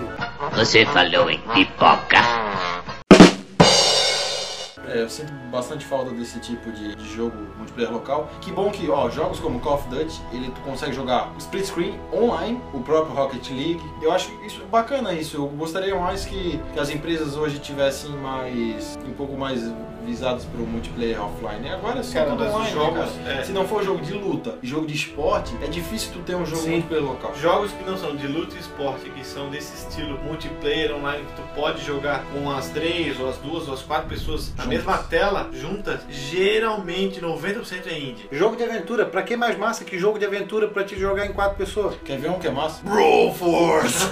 Speaker 5: Você falou em pipoca.
Speaker 2: É, eu sinto bastante falta desse tipo de, de jogo multiplayer local. Que bom que, ó, jogos como Call of Duty, ele tu consegue jogar split screen online, o próprio Rocket League. Eu acho isso bacana isso. Eu gostaria mais que, que as empresas hoje tivessem mais um pouco mais visadas para o multiplayer offline. E agora é só
Speaker 3: Cara,
Speaker 2: tudo
Speaker 3: mas os
Speaker 2: online, né,
Speaker 3: jogos,
Speaker 2: cara?
Speaker 3: é.
Speaker 2: Se não for jogo de luta e jogo de esporte, é difícil tu ter um jogo
Speaker 3: Sim.
Speaker 2: multiplayer local.
Speaker 3: Jogos que não são de luta e esporte, que são desse estilo multiplayer online, que tu pode jogar com as três, ou as duas, ou as quatro pessoas na
Speaker 2: Juntas.
Speaker 3: mesma tela, juntas, geralmente 90% é indie.
Speaker 1: Jogo de aventura, pra que mais massa que jogo de aventura pra te jogar em quatro pessoas?
Speaker 2: Quer ver um que é massa?
Speaker 3: Bro Force!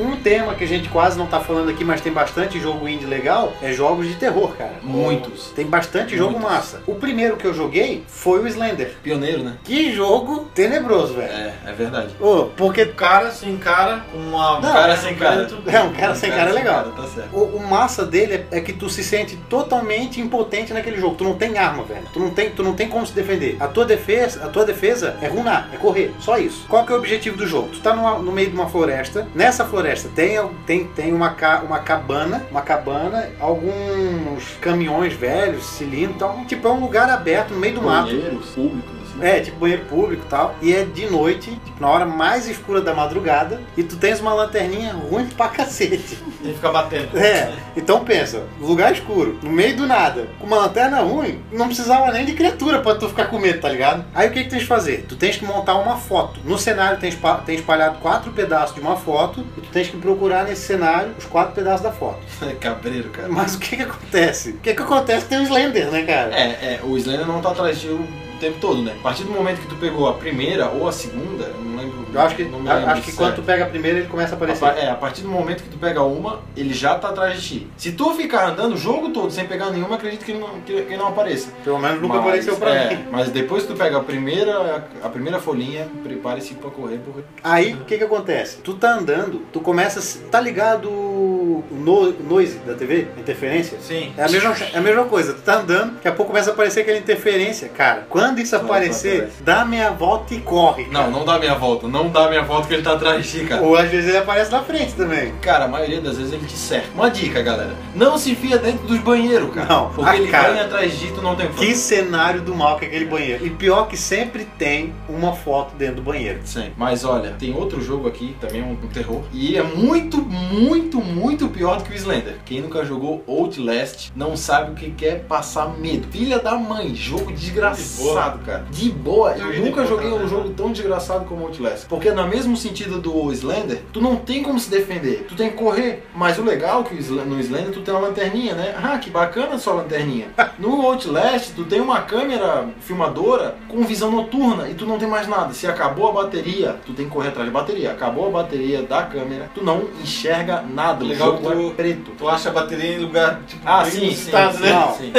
Speaker 1: Um tema que a gente quase não tá falando aqui, mas tem bastante jogo indie legal, é jogos de terror, cara.
Speaker 2: Muitos.
Speaker 1: Tem bastante jogo
Speaker 2: Muitos.
Speaker 1: massa. O primeiro que eu joguei foi o Slender.
Speaker 2: Pioneiro, né?
Speaker 1: Que jogo tenebroso, velho.
Speaker 2: É, é verdade.
Speaker 1: Ô, porque
Speaker 3: O cara se encara com uma um
Speaker 1: Não,
Speaker 2: cara sem cara.
Speaker 1: é um cara sem cara é legal.
Speaker 2: Tá certo.
Speaker 1: O, o massa dele é, é que tu se sente totalmente impotente naquele jogo. Tu não tem arma, velho. Tu não tem, tu não tem como se defender. A tua defesa, a tua defesa é runar, é correr, só isso. Qual que é o objetivo do jogo? Tu tá numa- no meio de uma floresta. Nessa floresta tem tem, tem uma, ca- uma cabana, uma cabana, alguns caminhões velhos, cilindros, e tal. Tipo é um lugar aberto no meio do mato.
Speaker 2: Banheiros públicos, assim.
Speaker 1: É, tipo banheiro público e tal. E é de noite, tipo, na hora mais escura da madrugada. E tu tens uma lanterninha ruim pra cacete.
Speaker 3: Ele fica batendo.
Speaker 1: É, então pensa, lugar escuro, no meio do nada, com uma lanterna ruim, não precisava nem de criatura pra tu ficar com medo, tá ligado? Aí o que, que tens que fazer? Tu tens que montar uma foto. No cenário tem, espa- tem espalhado quatro pedaços de uma foto e tu tens que procurar nesse cenário os quatro pedaços da foto.
Speaker 2: É Cabreiro, cara.
Speaker 1: Mas o que que acontece? O que que acontece? Tem o Slender, né, cara?
Speaker 2: É, é, o Slender não tá atrás de ti o tempo todo, né? A partir do momento que tu pegou a primeira ou a segunda, eu não lembro.
Speaker 1: Eu acho que,
Speaker 2: não me lembro é.
Speaker 1: acho que
Speaker 2: certo.
Speaker 1: quando tu pega a primeira ele começa a
Speaker 2: A
Speaker 1: aparecer.
Speaker 2: par- É, a partir do momento que tu pega uma, ele já tá atrás de ti. Se tu ficar andando o jogo todo sem pegar nenhuma, acredito que ele não, que, que ele não apareça.
Speaker 1: Pelo menos nunca
Speaker 2: Mas,
Speaker 1: apareceu pra
Speaker 2: é,
Speaker 1: mim.
Speaker 2: Mas depois que tu pega a primeira, a, a primeira folhinha, prepare-se pra correr, porque
Speaker 1: Aí, o que que acontece? Tu tá andando, tu começa... a se- Tá ligado o no- noise da TV? Interferência?
Speaker 3: Sim.
Speaker 1: É a, mesma, é a mesma coisa, tu tá andando, daqui a pouco começa a aparecer aquela interferência. Cara, quando isso
Speaker 2: Quando
Speaker 1: aparecer,
Speaker 2: aparece.
Speaker 1: dá a meia volta e corre.
Speaker 2: Não, não dá a minha volta, não dá a minha volta que ele tá atrás de ti, cara.
Speaker 1: Ou às vezes ele aparece na frente também.
Speaker 2: Cara, a maioria das vezes ele te cerca. Uma dica, galera. Não se enfia dentro dos banheiros, cara.
Speaker 1: Não,
Speaker 2: porque
Speaker 1: ah,
Speaker 2: ele
Speaker 1: cara.
Speaker 2: ganha atrás de tu não tem
Speaker 1: Que cenário do mal que é aquele banheiro. E pior que sempre tem uma foto dentro do banheiro.
Speaker 2: Sim. Mas olha, tem outro jogo aqui, também é um, um terror. E é muito, muito, muito pior do que o Slender. Quem nunca jogou Outlast não sabe o que que é passar medo. Filha da mãe, jogo desgraçado, cara. De boa, eu
Speaker 3: Eu ia
Speaker 2: nunca
Speaker 3: de boa,
Speaker 2: joguei
Speaker 3: cara.
Speaker 2: um jogo tão desgraçado como Outlast. Porque no mesmo sentido do Slender, tu não tem como se defender. Tu tem que correr. Mas o legal é que o Sl- no Slender tu tem uma lanterninha, né? Ah, que bacana a sua lanterninha. No Outlast, tu tem uma câmera filmadora com visão noturna e tu não tem mais nada. Se acabou a bateria, tu tem que correr atrás de bateria. Acabou a bateria da câmera, tu não enxerga nada. O
Speaker 3: Legal
Speaker 2: jogo outro
Speaker 3: Agora-
Speaker 2: preto.
Speaker 3: Tu acha a bateria em lugar tipo
Speaker 2: Ah,
Speaker 3: bem
Speaker 2: sim, sim,
Speaker 3: inusitado, né?
Speaker 1: Não.
Speaker 2: sim.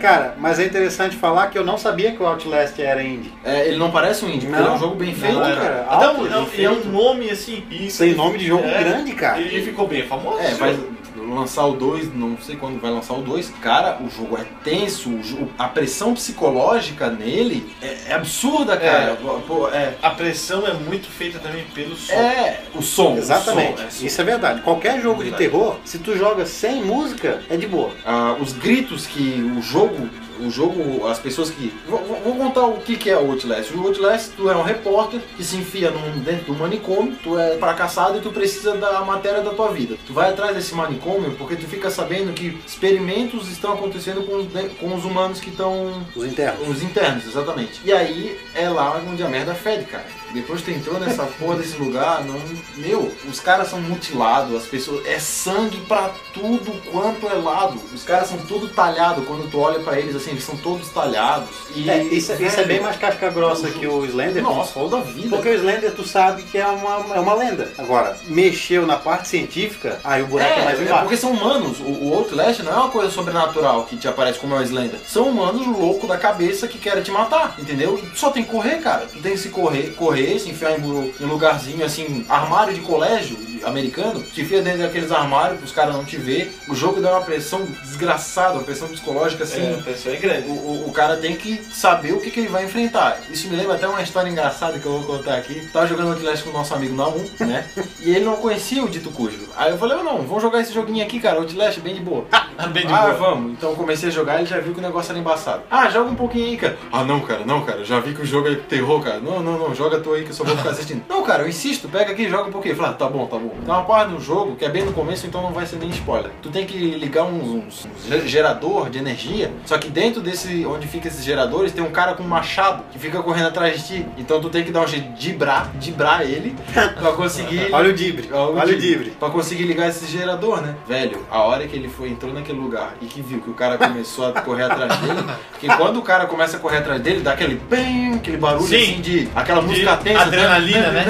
Speaker 1: Cara, mas é interessante falar que eu não sabia que o Outlast era indie.
Speaker 2: É, ele não parece um indie, porque
Speaker 1: Não.
Speaker 2: ele é um jogo bem
Speaker 1: Não,
Speaker 2: feito.
Speaker 1: é.
Speaker 2: cara.
Speaker 1: Alto,
Speaker 3: Não,
Speaker 1: bem
Speaker 3: não, Então, é
Speaker 1: feito.
Speaker 3: um nome assim. É. Isso.
Speaker 1: Tem nome de jogo grande, cara.
Speaker 3: Ele ficou bem famoso.
Speaker 2: É, vai lançar o 2, não sei quando vai lançar o 2. Cara, o jogo é tenso, o jogo- a pressão psicológica nele é, é absurda, cara. Pô, É.
Speaker 3: A pressão é muito feita também pelo som.
Speaker 2: é o som. o
Speaker 1: Exatamente.
Speaker 2: som, é som. É
Speaker 1: Isso é verdade. Qualquer jogo de
Speaker 3: Verdade.
Speaker 1: terror, se tu joga sem música, é de boa.
Speaker 2: Ah, os gritos que o jogo, o jogo, as pessoas que. Vou, vou- vou contar o que, que é o Outlast. O Outlast, tu é um repórter que se enfia num- dentro do manicômio, tu é fracassado e tu precisa da matéria da tua vida. Tu vai atrás desse manicômio porque tu fica sabendo que experimentos estão acontecendo com, os de- com os humanos que estão.
Speaker 1: Os internos.
Speaker 2: Os internos, exatamente. E aí é lá onde a merda fede, cara. Depois que tu entrou nessa porra desse lugar, não. Meu, os caras são mutilados, as pessoas. É sangue pra tudo quanto é lado. Os caras são tudo talhado quando tu olha pra eles assim, eles são todos talhados. E
Speaker 1: É, isso, isso é
Speaker 2: velho,
Speaker 1: bem mais casca grossa que o Slender.
Speaker 2: Nossa, falou da vida.
Speaker 1: Porque o Slender, tu sabe que é uma, é uma lenda. Agora, mexeu na parte científica, aí o buraco é, mais
Speaker 2: É, é
Speaker 1: embaixo.
Speaker 2: porque são humanos. O, o Outlast não é uma coisa sobrenatural que te aparece como é o Slender. São humanos loucos da cabeça que querem te matar, entendeu? E tu só tem que correr, cara. Tu tem que se correr, correr, se enfiar em, bu- em um lugarzinho assim, armário de colégio americano, te enfia dentro daqueles armários pros caras não te ver. O jogo dá uma pressão desgraçada, uma pressão psicológica assim.
Speaker 3: É, a pressão é grande.
Speaker 2: O, o- o cara tem que saber o que, que ele vai enfrentar. Isso me lembra até uma história engraçada que eu vou contar aqui. Tava jogando Outlast com o nosso amigo Naum, né? E ele não conhecia o Dito Cujo. Aí eu falei, "Ô, não, vamos jogar esse joguinho aqui, cara. Outlast é bem de boa.
Speaker 3: Bem de
Speaker 2: ah,
Speaker 3: boa.
Speaker 2: vamos. Então eu comecei a jogar, ele já viu que o negócio era embaçado. Ah, joga um pouquinho aí, cara. Ah, não, cara, não, cara. Já vi que o jogo é terror, cara. Não, não, não. Joga tu aí que eu só vou ficar assistindo. não, cara, eu insisto. Pega aqui e joga um pouquinho. Fala, tá bom, tá bom. Tem uma parte do jogo que é bem no começo, então não vai ser nem spoiler. Tu tem que ligar uns, uns, uns ge- gerador de energia. Só que dentro desse, onde fica esses geradores, tem um cara com um machado que fica correndo atrás de ti. Então tu tem que dar um jeito de dibrar, dibrar ele pra conseguir
Speaker 1: Olha o Dibre.
Speaker 2: É
Speaker 1: Olha o Dibre.
Speaker 2: Pra conseguir ligar esse gerador, né? Velho, a hora que ele foi, entrou naquele lugar e que viu que o cara começou a correr atrás dele, porque quando o cara começa a correr atrás dele, dá aquele bem, aquele barulho
Speaker 3: Sim.
Speaker 2: assim de. Aquela
Speaker 3: De
Speaker 2: música tensa.
Speaker 3: adrenalina, né?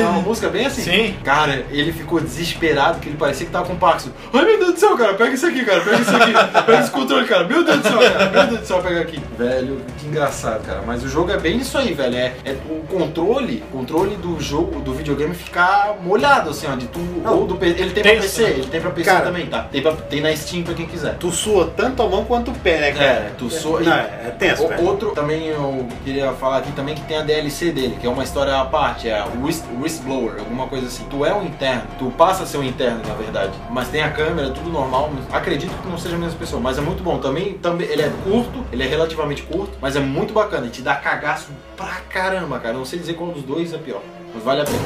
Speaker 2: É uma música bem assim.
Speaker 3: Sim.
Speaker 2: Cara, ele ficou desesperado, que ele parecia que tava com Parkinson. Ai meu Deus do céu, cara, pega isso aqui, cara, pega isso aqui, pega esse controle, cara, meu Deus do céu, cara, meu Deus do céu, pega aqui. Velho, que engraçado, cara, mas o jogo é bem isso aí, velho, é, é o controle, o controle do jogo, do videogame ficar molhado, assim, ó, de tu,
Speaker 1: Não,
Speaker 2: ou do P- ele tem pra
Speaker 3: tenso,
Speaker 2: PC,
Speaker 3: né?
Speaker 2: ele tem pra PC
Speaker 1: Cara.
Speaker 2: também, tá, tem, pra, tem na Steam pra quem quiser.
Speaker 1: Tu sua tanto a mão quanto o pé, né, cara?
Speaker 2: É, tu sou...
Speaker 1: Não, é, é tenso,
Speaker 2: O-
Speaker 1: velho.
Speaker 2: outro também eu queria falar aqui também que tem a DLC dele, que é uma história à parte, é a Whist- Whistleblower, alguma coisa assim. Tu é um interno, tu passa a ser um interno, na verdade. Mas tem a câmera, tudo normal. mas Acredito que não seja a mesma pessoa, mas é muito bom. Também, também ele é curto, ele é relativamente curto, mas é muito bacana. E te dá cagaço pra caramba, cara. Eu Não sei dizer qual dos dois é pior, mas vale a pena.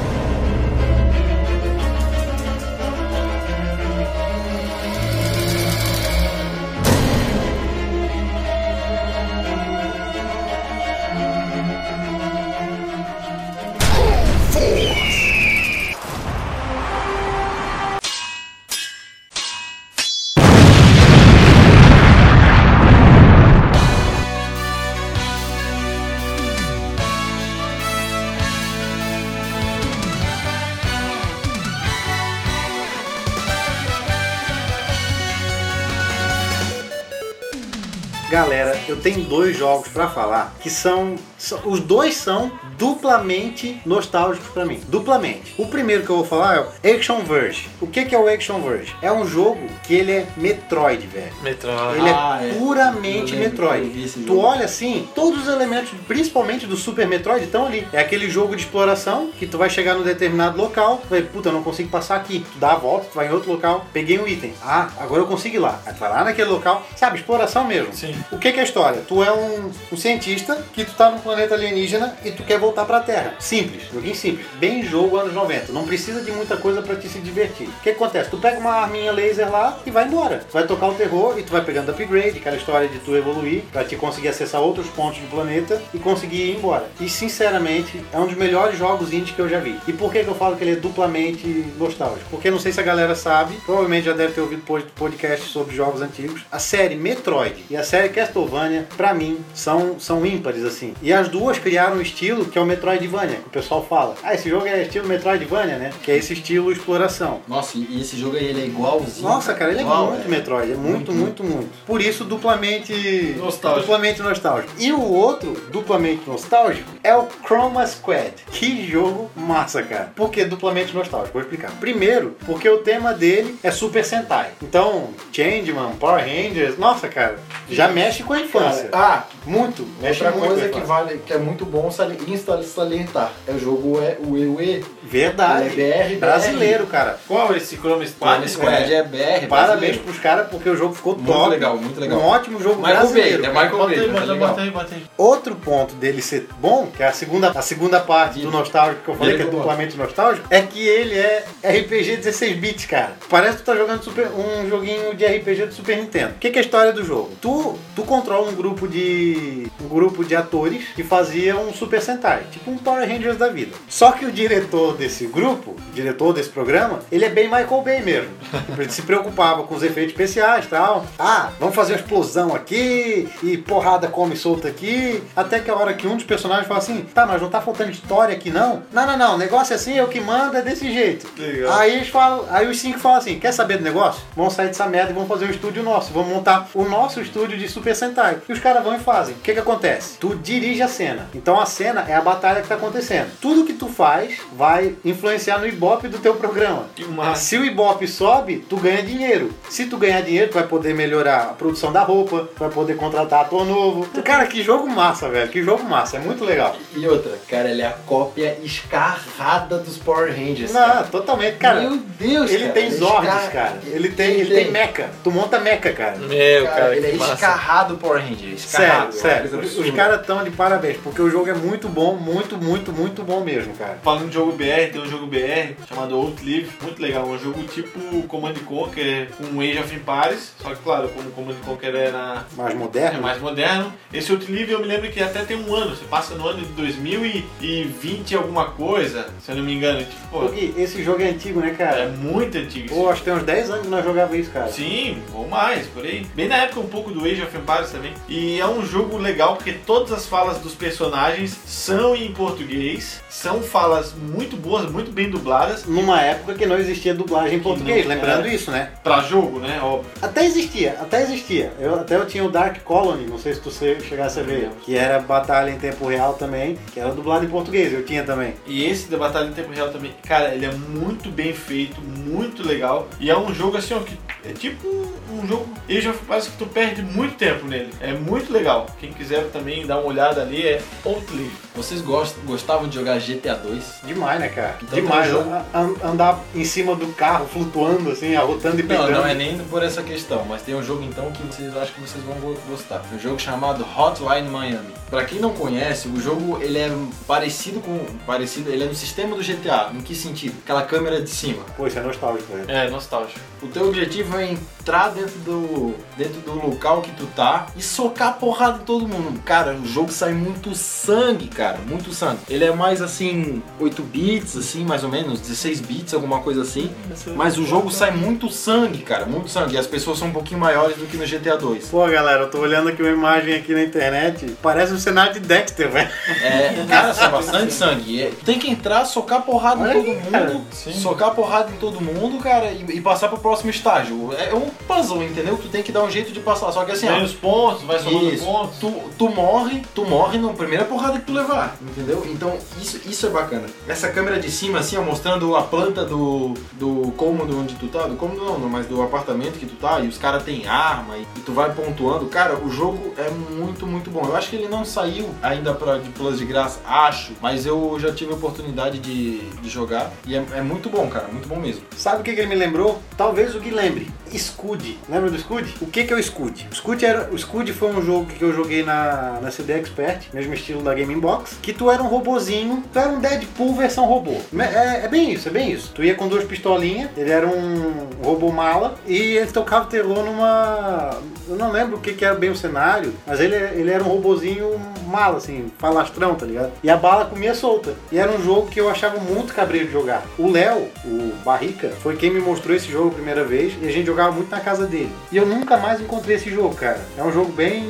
Speaker 1: Galera, eu tenho dois jogos pra falar que são, são- Os dois são duplamente nostálgicos pra mim. Duplamente. O primeiro que eu vou falar é o Action Verge. O que, que é o Action Verge? É um jogo que ele é Metroid, velho.
Speaker 3: Metroid.
Speaker 1: Ele
Speaker 2: Ah,
Speaker 1: é
Speaker 2: é.
Speaker 1: puramente
Speaker 2: Eu lembro que eu vi
Speaker 1: Metroid.
Speaker 2: esse
Speaker 1: Tu
Speaker 2: jogo.
Speaker 1: olha assim, todos os elementos, principalmente do Super Metroid, estão ali. É aquele jogo de exploração que tu vai chegar num determinado local, tu vai, puta, eu não consigo passar aqui. Tu dá a volta, tu vai em outro local, peguei um item. Ah, agora eu consigo ir lá. Aí tu vai lá naquele local, sabe, exploração mesmo.
Speaker 3: Sim.
Speaker 1: O que, que é a história? Tu é um, um cientista que tu tá num planeta alienígena e tu quer voltar pra Terra. Simples, joguinho simples. Bem jogo anos 90. Não precisa de muita coisa pra te se divertir. O que, que acontece? Tu pega uma arminha laser lá e vai embora. Tu vai tocar o terror e tu vai pegando upgrade, aquela história de tu evoluir pra te conseguir acessar outros pontos do planeta e conseguir ir embora. E sinceramente, é um dos melhores jogos indie que eu já vi. E por que, que eu falo que ele é duplamente nostálgico? Porque não sei se a galera sabe, provavelmente já deve ter ouvido pod- podcast sobre jogos antigos. A série Metroid e a série Castlevania, pra mim, são, são ímpares, assim. E a as duas criaram um estilo que é o Metroidvania, que o pessoal fala. Ah, esse jogo é estilo Metroidvania, né? Que é esse estilo exploração.
Speaker 2: Nossa, e esse jogo aí ele é igualzinho.
Speaker 1: Nossa, cara, ele é
Speaker 2: Igual,
Speaker 1: muito
Speaker 2: velho.
Speaker 1: Metroid, é muito,
Speaker 2: Uhum.
Speaker 1: muito, muito, Por isso, duplamente
Speaker 3: Nostálgico.
Speaker 1: duplamente nostálgico. E o outro, duplamente nostálgico, é o Chroma Squad. Que jogo massa, cara. Por que duplamente nostálgico? Vou explicar. Primeiro, porque o tema dele é Super Sentai. Então, Changeman, Power Rangers, nossa, cara, já mexe com a infância.
Speaker 6: Ah,
Speaker 1: muito, mexe
Speaker 6: outra
Speaker 1: muito com a
Speaker 6: coisa que
Speaker 1: infância.
Speaker 6: vale, que é muito bom sali- insta- salientar. É o jogo é o EUE.
Speaker 1: Verdade.
Speaker 6: Ele é BR,
Speaker 1: brasileiro, cara.
Speaker 3: Qual esse Chrome Squad?
Speaker 2: Palha Squad é BR.
Speaker 1: Parabéns
Speaker 2: brasileiro.
Speaker 1: pros caras, porque o jogo ficou
Speaker 2: Muito
Speaker 1: top.
Speaker 2: legal, muito legal.
Speaker 1: Um ótimo jogo
Speaker 2: Michael Bay,
Speaker 1: brasileiro.
Speaker 2: é Michael
Speaker 3: Bota aí,
Speaker 6: tá
Speaker 2: Bay. mas
Speaker 1: tá
Speaker 3: bota
Speaker 2: é
Speaker 3: aí,
Speaker 2: legal.
Speaker 3: bota aí, bota aí.
Speaker 1: Outro ponto dele ser bom, que é a segunda, a segunda parte do nostálgico que eu falei, que é duplamente nostálgico, é que ele é RPG 16 bits, cara. Parece que tu tá jogando super- um joguinho de RPG do Super Nintendo. O que, que é a história do jogo? Tu, tu controla um grupo de. um grupo de atores que fazia um Super Sentai, tipo um Power Rangers da vida. Só que o diretor desse grupo, o diretor desse programa, ele é bem Michael Bay mesmo. Ele se preocupava com os efeitos especiais e tal. Ah, vamos fazer uma explosão aqui e porrada come solta aqui. Até que a hora que um dos personagens fala assim: tá, mas não tá faltando história aqui não? Não, não, não, o negócio é assim, eu que mando, é desse jeito.
Speaker 3: Legal.
Speaker 1: Aí eles falam, aí os cinco falam assim: quer saber do negócio? Vamos sair dessa merda e vamos fazer um estúdio nosso. Vamos montar o nosso estúdio de Super Sentai. E os caras vão e fazem. O que que acontece? Tu dirige a cena. Então a cena é a batalha que tá acontecendo. Tudo que tu faz vai influenciar no ibope do teu programa.
Speaker 3: Que massa.
Speaker 1: Se o Ibope sobe, tu ganha dinheiro. Se tu ganhar dinheiro, tu vai poder melhorar a produção da roupa, tu vai poder contratar ator novo. Cara, que jogo massa, velho. Que jogo massa. É muito legal.
Speaker 6: E outra, cara, ele é a cópia escarrada dos Power Rangers.
Speaker 1: Não,
Speaker 6: cara.
Speaker 1: totalmente, cara.
Speaker 6: Meu Deus,
Speaker 1: ele
Speaker 6: cara,
Speaker 1: tem
Speaker 6: ele é
Speaker 1: Zords,
Speaker 6: escar-
Speaker 1: cara. Ele tem, ele tem meca. Tu monta meca, cara.
Speaker 7: Meu,
Speaker 6: é Cara,
Speaker 7: cara,
Speaker 6: ele é
Speaker 7: que massa.
Speaker 6: escarrado Power Ranger.
Speaker 1: Sério,
Speaker 6: Escarrado.
Speaker 1: sério. Os caras estão de parabéns, porque o jogo é muito bom, muito, muito, muito bom mesmo, cara.
Speaker 3: Falando de jogo BR, tem um jogo BR chamado Outlive, muito legal, é um jogo tipo Command Conquer com Age of Empires, só que claro, como Command Conquer é, na,
Speaker 1: Mais
Speaker 3: é
Speaker 1: moderno.
Speaker 3: mais moderno. Esse Outlive eu me lembro que até tem um ano, você passa no ano de 2020 e alguma coisa, se eu não me engano, tipo, pô,
Speaker 1: Pô, Gui, esse jogo é antigo, né,
Speaker 3: é
Speaker 1: cara?
Speaker 3: muito antigo esse
Speaker 1: Pô, acho que tem uns 10 anos que nós jogávamos isso, cara.
Speaker 3: Sim, ou mais, por aí. Bem na época um pouco do Age of Empires também. E é um jogo legal porque todas as falas dos personagens são em português, são falas muito boas, muito bem dubladas
Speaker 1: Numa época que não existia dublagem em português,
Speaker 3: não,
Speaker 1: lembrando
Speaker 3: é.
Speaker 1: isso, né?
Speaker 3: pra jogo, né? Óbvio.
Speaker 1: Até existia, até existia. Eu, até eu tinha o Dark Colony, não sei se tu se- chegasse a ver, que era batalha em tempo real também, que era dublado em português, eu tinha também.
Speaker 3: E esse The Batalha em Tempo Real também, cara, ele é muito bem feito, muito legal. E é um jogo assim, ó, que é tipo um, um jogo Age of Empires que tu perde muito tempo nele. É muito legal. Quem quiser também dar uma olhada ali é Outlive.
Speaker 2: Vocês gostam, gostavam de jogar GTA 2?
Speaker 1: Demais, né, cara?
Speaker 2: Então,
Speaker 1: Demais.
Speaker 2: tem um jogo-
Speaker 1: a- a- andar em cima do carro, flutuando assim, arrotando e
Speaker 2: Não,
Speaker 1: pegando.
Speaker 2: não é nem por essa questão, mas tem um jogo então que vocês acham que vocês vão go- gostar. Um jogo chamado Hotline Miami. Pra quem não conhece, o jogo ele é parecido com parecido, ele é no sistema do GTA. Em que sentido? Aquela câmera de cima.
Speaker 1: Pô, isso é nostálgico, né?
Speaker 3: É, nostálgico.
Speaker 2: O teu objetivo é entrar dentro do, dentro do local que tu tá e socar a porrada em todo mundo. Cara, o jogo sai muito sangue, cara, muito sangue. Ele é mais assim, 8 bits, assim, mais ou menos, 16 bits, alguma coisa assim. Mas o
Speaker 1: né?
Speaker 2: jogo sai muito sangue, cara, muito sangue. E as pessoas são um pouquinho maiores do que no GTA 2.
Speaker 1: Pô, galera, eu tô olhando aqui uma imagem aqui na internet, parece um cenário de Dexter, velho.
Speaker 2: É, cara, sai bastante sangue. É, tem que entrar, socar porrada
Speaker 1: Olha
Speaker 2: em todo
Speaker 1: aqui, cara.
Speaker 2: mundo, socar porrada em todo mundo, cara, e, e passar pro próximo estágio. É um puzzle, entendeu? Tu tem que dar um jeito de passar. Só que assim, ó,
Speaker 3: Ganha os pontos, vai somando
Speaker 2: Isso.
Speaker 3: pontos.
Speaker 2: Tu, tu morre, tu morre na primeira porrada que tu levar, entendeu? Então isso, isso é bacana. Essa câmera de cima, assim, ó, mostrando a planta do, do cômodo onde tu tá, do cômodo não, não, mas do apartamento que tu tá, e os caras têm arma, e, e tu vai pontuando. Cara, o jogo é muito, muito bom. Eu acho que ele não saiu ainda pra, de Plus de graça, acho, mas eu já tive a oportunidade de, de jogar, e é, é muito bom, cara, muito bom mesmo.
Speaker 1: Sabe o que, que ele me lembrou? Talvez o que lembre. Scud. Lembra do Scud? O que, que é o Scud? O Scud, era, o Scud foi um jogo que eu joguei na, na CD Expert, mesmo estilo da Gaming Box, que tu era um robozinho, tu era um Deadpool versão robô. Me- É, é bem isso, é bem isso. Tu ia com duas pistolinhas, ele era um robô mala, e ele tocava o terror numa... Eu não lembro o que, que era bem o cenário, mas ele, ele era um robozinho mala, assim, falastrão, tá ligado? E a bala comia solta. E era um jogo que eu achava muito cabreiro de jogar. O Léo, o Barrica, foi quem me mostrou esse jogo a primeira vez e a gente jogava muito na casa dele. E eu nunca mais encontrei esse jogo, cara. É um jogo bem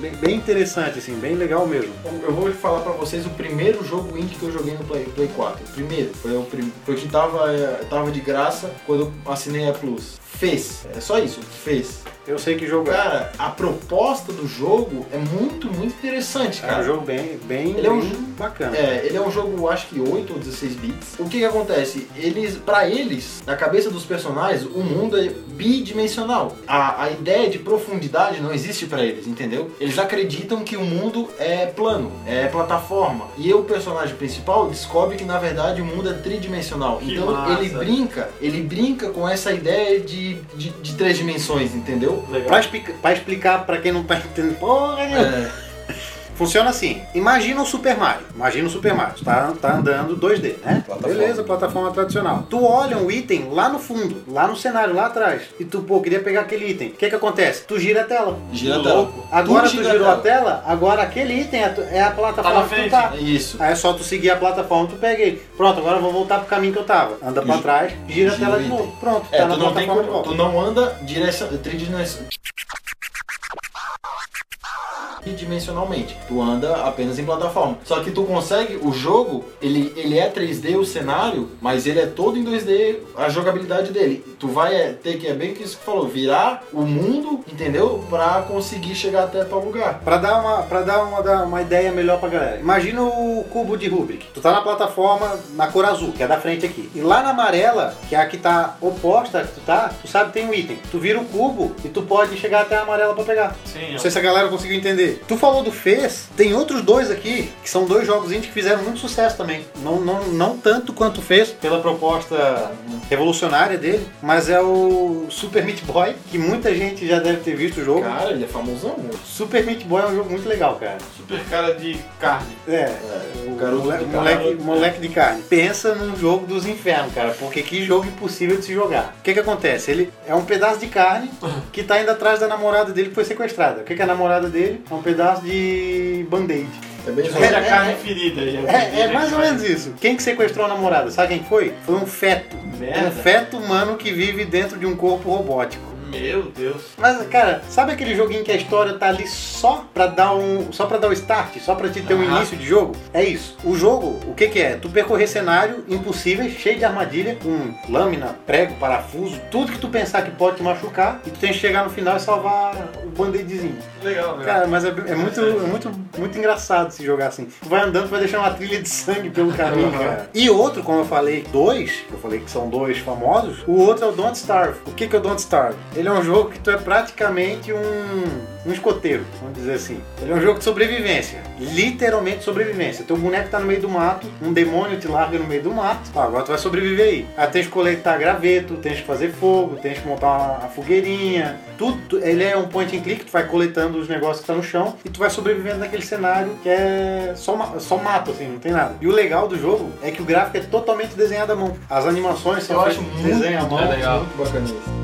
Speaker 1: bem, bem interessante, assim, bem legal mesmo.
Speaker 2: Então, Eu vou falar pra vocês o primeiro jogo indie que eu joguei no Play, Play 4. O primeiro. Foi o prim... foi o que tava, eh, tava de graça quando eu assinei a Plus. Fez. É só isso. Fez.
Speaker 1: Eu sei que jogo é.
Speaker 2: Cara, a proposta do jogo é muito, muito interessante,
Speaker 1: É um
Speaker 2: cara.
Speaker 1: jogo bem, bem,
Speaker 2: Ele é um
Speaker 1: bem
Speaker 2: jogo-
Speaker 1: bacana.
Speaker 2: É, ele é um jogo, acho que 8 ou 16 bits. O que que acontece? Eles, pra eles, na cabeça dos personagens, o mundo é bidimensional. A, a ideia de profundidade não existe pra eles, entendeu? Eles acreditam que o mundo é plano, é plataforma. E o personagem principal descobre que, na verdade, o mundo é tridimensional.
Speaker 3: Que
Speaker 2: então,
Speaker 3: massa.
Speaker 2: ele brinca, ele brinca com essa ideia de, de, de três dimensões, entendeu?
Speaker 1: Pra, explica- pra explicar pra quem não tá entendendo porra nenhuma.
Speaker 2: É,
Speaker 1: Funciona assim. Imagina o Super Mario. Imagina o Super Mario. Tá, tá andando 2D, né?
Speaker 8: Plataforma.
Speaker 1: Beleza, plataforma tradicional. Tu olha um item lá no fundo, lá no cenário, lá atrás. E tu, pô, queria pegar aquele item. O que que acontece? Tu gira a tela.
Speaker 2: Gira a
Speaker 1: Louco. Agora tu,
Speaker 2: Tudo gira a
Speaker 1: girou a tela, agora aquele item é, tu- é a plataforma
Speaker 3: Tá
Speaker 1: que
Speaker 3: na
Speaker 1: tu
Speaker 3: frente.
Speaker 1: tá.
Speaker 2: É isso.
Speaker 1: Aí é só tu seguir a plataforma, tu pega ele. Pronto, agora eu vou voltar pro caminho que eu tava. Anda pra
Speaker 2: Gi-
Speaker 1: trás, gira,
Speaker 2: gira
Speaker 1: a tela
Speaker 2: o
Speaker 1: de
Speaker 2: item.
Speaker 1: novo. Pronto,
Speaker 2: É,
Speaker 1: tá
Speaker 2: tu
Speaker 1: na
Speaker 2: não, tem
Speaker 1: plataforma de
Speaker 2: como,
Speaker 1: volta.
Speaker 2: tu não anda direção, tridimensional- tridimensionalmente. Tu anda apenas em plataforma. Só que tu consegue, o jogo, ele, ele é 3D o cenário, mas ele é todo em 2D a jogabilidade dele. Tu vai é, ter que, é bem o que isso que falou, virar o mundo, entendeu? Pra conseguir chegar até tal lugar.
Speaker 1: Pra dar, uma, pra dar uma, dar uma ideia melhor pra galera, imagina o cubo de Rubik. Tu tá na plataforma na cor azul, que é da frente aqui. E lá na amarela, que é a que tá oposta a que tu tá, tu sabe que tem um item. Tu vira o cubo e tu pode chegar até a amarela pra pegar.
Speaker 3: Sim, é um
Speaker 1: Não
Speaker 3: ó.
Speaker 1: sei se a galera conseguiu entender. Tu falou do Fez, tem outros dois aqui, que são dois jogos indie que fizeram muito sucesso também. Não, não, não tanto quanto Fez, pela proposta revolucionária dele, mas é o Super Meat Boy, que muita gente já deve ter visto o jogo.
Speaker 2: Cara, ele é famosão. né?
Speaker 1: Super Meat Boy é um jogo muito legal, cara.
Speaker 3: super cara de carne.
Speaker 1: É,
Speaker 2: o
Speaker 1: o
Speaker 2: garoto
Speaker 1: moleque,
Speaker 2: de
Speaker 1: moleque-
Speaker 3: carne.
Speaker 1: moleque de carne. Pensa num jogo dos infernos, cara, porque que jogo impossível de se jogar. O que que acontece? Ele é um pedaço de carne que tá indo atrás da namorada dele que foi sequestrada. O que que é a namorada dele? É um pedaço de band-aid.
Speaker 2: É bem
Speaker 3: Veja
Speaker 1: é,
Speaker 3: a carne
Speaker 1: é.
Speaker 3: ferida.
Speaker 1: É, é
Speaker 3: né?
Speaker 1: mais ou menos isso. Quem que sequestrou a namorada? Sabe quem foi? Foi um feto.
Speaker 3: Merda.
Speaker 1: Um feto humano que vive dentro de um corpo robótico.
Speaker 3: Meu Deus.
Speaker 1: Mas, cara, sabe aquele joguinho que a história tá ali só pra dar um. só pra dar o start, só pra te ter um
Speaker 3: Aham.
Speaker 1: início de jogo? É isso. O jogo, o que que é? Tu percorrer cenário impossível, cheio de armadilha, com lâmina, prego, parafuso, tudo que tu pensar que pode te machucar, e tu tem que chegar no final e salvar o band-aidzinho.
Speaker 3: Legal, né?
Speaker 1: Cara, mas é, é muito, é muito, muito engraçado se jogar assim. Tu vai andando, tu vai deixar uma trilha de sangue pelo caminho, cara. E outro, como eu falei, dois, que eu falei que são dois famosos, o outro é o Don't Starve. O que, que é o Don't Starve? Ele é um jogo que tu é praticamente um, um escoteiro, vamos dizer assim. Ele é um jogo de sobrevivência. Literalmente sobrevivência. Teu boneco tá no meio do mato, um demônio te larga no meio do mato. Tá, agora tu vai sobreviver aí. Aí tens Ah, que coletar graveto, tens que fazer fogo, tens que montar uma, uma fogueirinha. Tudo, ele é um point and click, tu vai coletando os negócios que tá no chão e tu vai sobrevivendo naquele cenário que é só, ma- só mato, assim, não tem nada. E o legal do jogo é que o gráfico é totalmente desenhado à mão. As animações são
Speaker 2: Eu acho
Speaker 1: feitas-
Speaker 2: muito,
Speaker 1: desenho à mão.
Speaker 3: legal.
Speaker 2: muito bacana isso.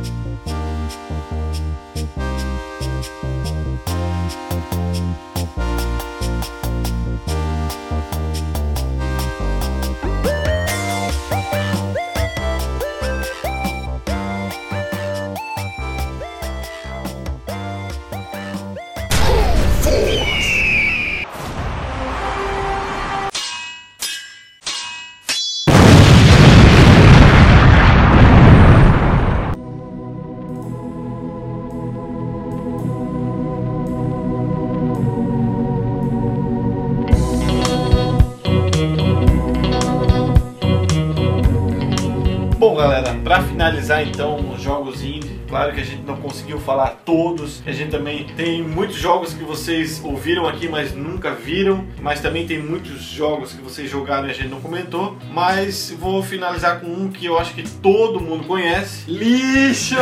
Speaker 3: Bom, galera, pra finalizar então os jogos indie, claro que a gente não conseguiu falar todos, a gente também tem muitos jogos que vocês ouviram aqui, mas nunca viram, mas também tem muitos jogos que vocês jogaram e a gente não comentou, mas vou finalizar com um que eu acho que todo mundo conhece. Lixo!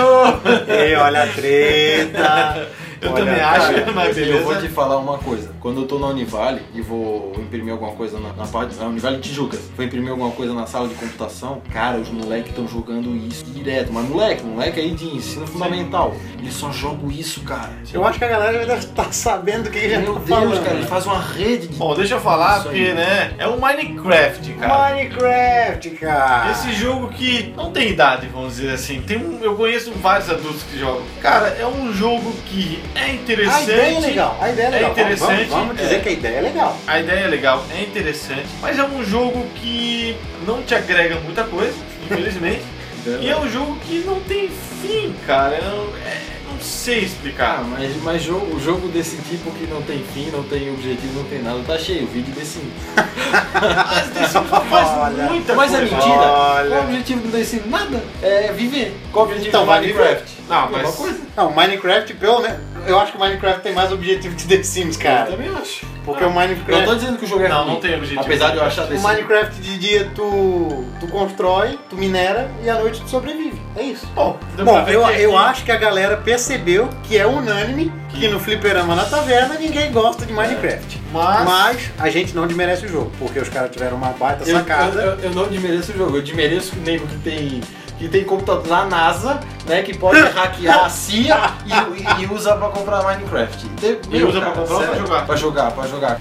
Speaker 1: Ei, olha a treta!
Speaker 3: Eu
Speaker 1: Olha,
Speaker 3: também
Speaker 1: cara,
Speaker 3: acho, mas
Speaker 2: Assim,
Speaker 3: beleza.
Speaker 2: Eu vou te falar uma coisa. Quando eu tô na Univale e vou imprimir alguma coisa na, na parte. Na Univale Tijucas. Vou imprimir alguma coisa na sala de computação. Cara, os moleques estão jogando isso direto. Mas moleque, moleque aí de ensino fundamental. Eles só jogam isso, cara.
Speaker 1: Eu acho que a galera já deve estar sabendo o que já
Speaker 2: Meu
Speaker 1: tá
Speaker 2: Deus,
Speaker 1: falando.
Speaker 2: cara. Ele faz uma rede de.
Speaker 3: Bom, deixa eu falar,
Speaker 2: Isso
Speaker 3: porque,
Speaker 2: aí.
Speaker 3: né, é o Minecraft, cara.
Speaker 1: Minecraft, cara!
Speaker 3: Esse jogo que não tem idade, vamos dizer assim. Tem um, eu conheço vários adultos que jogam. Cara, é um jogo que É
Speaker 1: A
Speaker 3: interessante.
Speaker 1: ideia é legal, a ideia é
Speaker 3: É
Speaker 1: legal. Vamos-
Speaker 3: interessante,
Speaker 1: Vamos, vamos dizer
Speaker 3: é.
Speaker 1: que a ideia é legal.
Speaker 3: A ideia é legal, é interessante, mas é um jogo que não te agrega muita coisa, infelizmente. e é um jogo que não tem fim, cara. Eu, é, não
Speaker 6: Ah,
Speaker 3: sei explicar.
Speaker 6: mas, mas jogo, jogo desse tipo que não tem fim, não tem objetivo, não tem nada, tá cheio. O vídeo desse.
Speaker 3: Mas desse jogo faz
Speaker 1: Olha,
Speaker 3: muita
Speaker 6: mas é
Speaker 3: coisa.
Speaker 6: mentira. Qual o
Speaker 1: Olha.
Speaker 6: objetivo do desse nada? É viver. Qual o objetivo
Speaker 1: Então,
Speaker 6: do
Speaker 1: vai
Speaker 6: Minecraft?
Speaker 2: É
Speaker 3: Não,
Speaker 6: Alguma
Speaker 3: mas-
Speaker 6: coisa?
Speaker 1: Não, Minecraft, pelo menos. Eu acho que o Minecraft tem mais objetivo que The Sims,
Speaker 6: Eu
Speaker 1: cara.
Speaker 6: também acho.
Speaker 3: Ah,
Speaker 1: Porque o
Speaker 6: Eu não
Speaker 1: Minecraft.
Speaker 6: tô dizendo que o jogo é
Speaker 3: Não,
Speaker 6: ruim.
Speaker 3: não tem objetivo.
Speaker 6: Apesar de eu achar
Speaker 1: O
Speaker 3: assim.
Speaker 6: desse.
Speaker 1: Minecraft de dia tu, tu constrói, tu minera e à noite tu sobrevive. É isso.
Speaker 3: Bom, deu pra
Speaker 1: Bom,
Speaker 3: ver
Speaker 1: eu,
Speaker 3: que é
Speaker 1: eu
Speaker 3: aqui-
Speaker 1: acho que a galera percebeu que é unânime que no Fliperama na Taverna ninguém gosta de Minecraft.
Speaker 3: É. Mas,
Speaker 1: Mas a gente não desmerece o jogo, porque os caras tiveram uma baita
Speaker 6: Eu,
Speaker 1: é sacada.
Speaker 6: eu- eu- eu não desmereço o jogo, eu desmereço o nego que tem, que tem computador na NASA, né? Que pode hackear a CIA e, e- e usa pra comprar Minecraft. E,
Speaker 3: E usa pra comprar ou pra jogar?
Speaker 6: Pra jogar, pra jogar.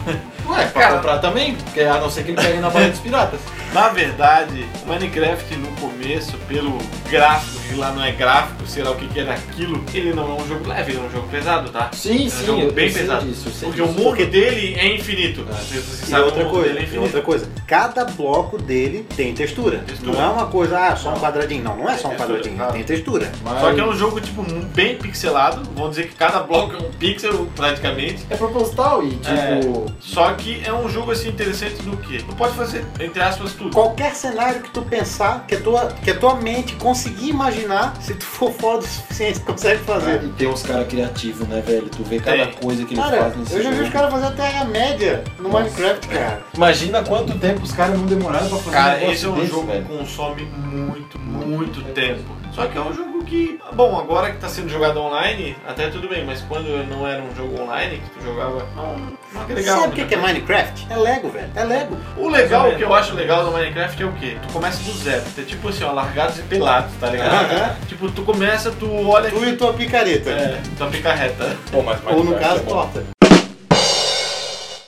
Speaker 6: Ué, pra
Speaker 3: Cara.
Speaker 6: comprar também, porque a não ser que ele pegue na bala dos piratas.
Speaker 3: na verdade, o Minecraft no começo, pelo gráfico, que lá não é gráfico, sei lá o que, que era aquilo, ele não é um jogo leve, ele é um jogo pesado, tá?
Speaker 6: Sim,
Speaker 3: um
Speaker 6: sim,
Speaker 3: jogo
Speaker 6: eu,
Speaker 3: bem
Speaker 6: eu sei
Speaker 3: pesado.
Speaker 6: disso, eu sei
Speaker 3: Porque o
Speaker 6: disso.
Speaker 3: mundo dele é infinito. Você você
Speaker 1: E
Speaker 3: sabe
Speaker 1: outra
Speaker 3: o mundo
Speaker 1: coisa,
Speaker 3: dele é
Speaker 1: e
Speaker 3: infinito.
Speaker 1: outra coisa, cada bloco dele tem textura.
Speaker 3: Textura.
Speaker 1: Não é uma coisa, ah, só um quadradinho. Não, não é só um
Speaker 3: Tem textura, Ah.
Speaker 1: quadradinho,
Speaker 3: claro.
Speaker 1: tem textura.
Speaker 6: Mas
Speaker 3: Só que é um jogo, tipo, bem pixelado. Vamos dizer que cada bloco é um pixel, praticamente.
Speaker 6: é proposital e tipo.
Speaker 3: Só que é um jogo, assim, interessante no quê? Tu pode fazer, entre aspas, tudo.
Speaker 1: Qualquer cenário que tu pensar, que a tua, que a tua mente conseguir imaginar, se tu for foda o suficiente, tu consegue
Speaker 2: É,
Speaker 1: fazer.
Speaker 6: E tem uns caras criativos, né, velho? Tu vê cada
Speaker 3: Tem.
Speaker 6: coisa que eles
Speaker 1: Cara,
Speaker 6: fazem nesse
Speaker 1: eu já vi
Speaker 6: jogo.
Speaker 1: os caras fazer até a média no
Speaker 6: Nossa.
Speaker 1: Minecraft, cara.
Speaker 6: Imagina quanto tempo os caras não demoraram pra fazer um
Speaker 3: Cara,
Speaker 6: negócio
Speaker 3: esse é um
Speaker 6: desse,
Speaker 3: jogo
Speaker 6: velho.
Speaker 3: que consome muito, muito tempo. Só que é um jogo que, bom, agora que tá sendo jogado online, até tudo bem, mas quando não era um jogo online, que tu jogava, não, não agregava.
Speaker 2: né?
Speaker 1: Sabe o que, que é Minecraft? É Lego, velho. É Lego.
Speaker 3: O legal, o que eu acho legal do Minecraft é o quê? Tu começa do zero, tu é tipo assim, ó, largados e pelados, tá ligado? tipo, tu começa, tu olha
Speaker 1: Tu e tua picareta.
Speaker 3: É, tua pica reta.
Speaker 2: Pô, mas
Speaker 1: Ou no
Speaker 2: Minecraft
Speaker 1: caso,
Speaker 2: é bom.
Speaker 1: torta.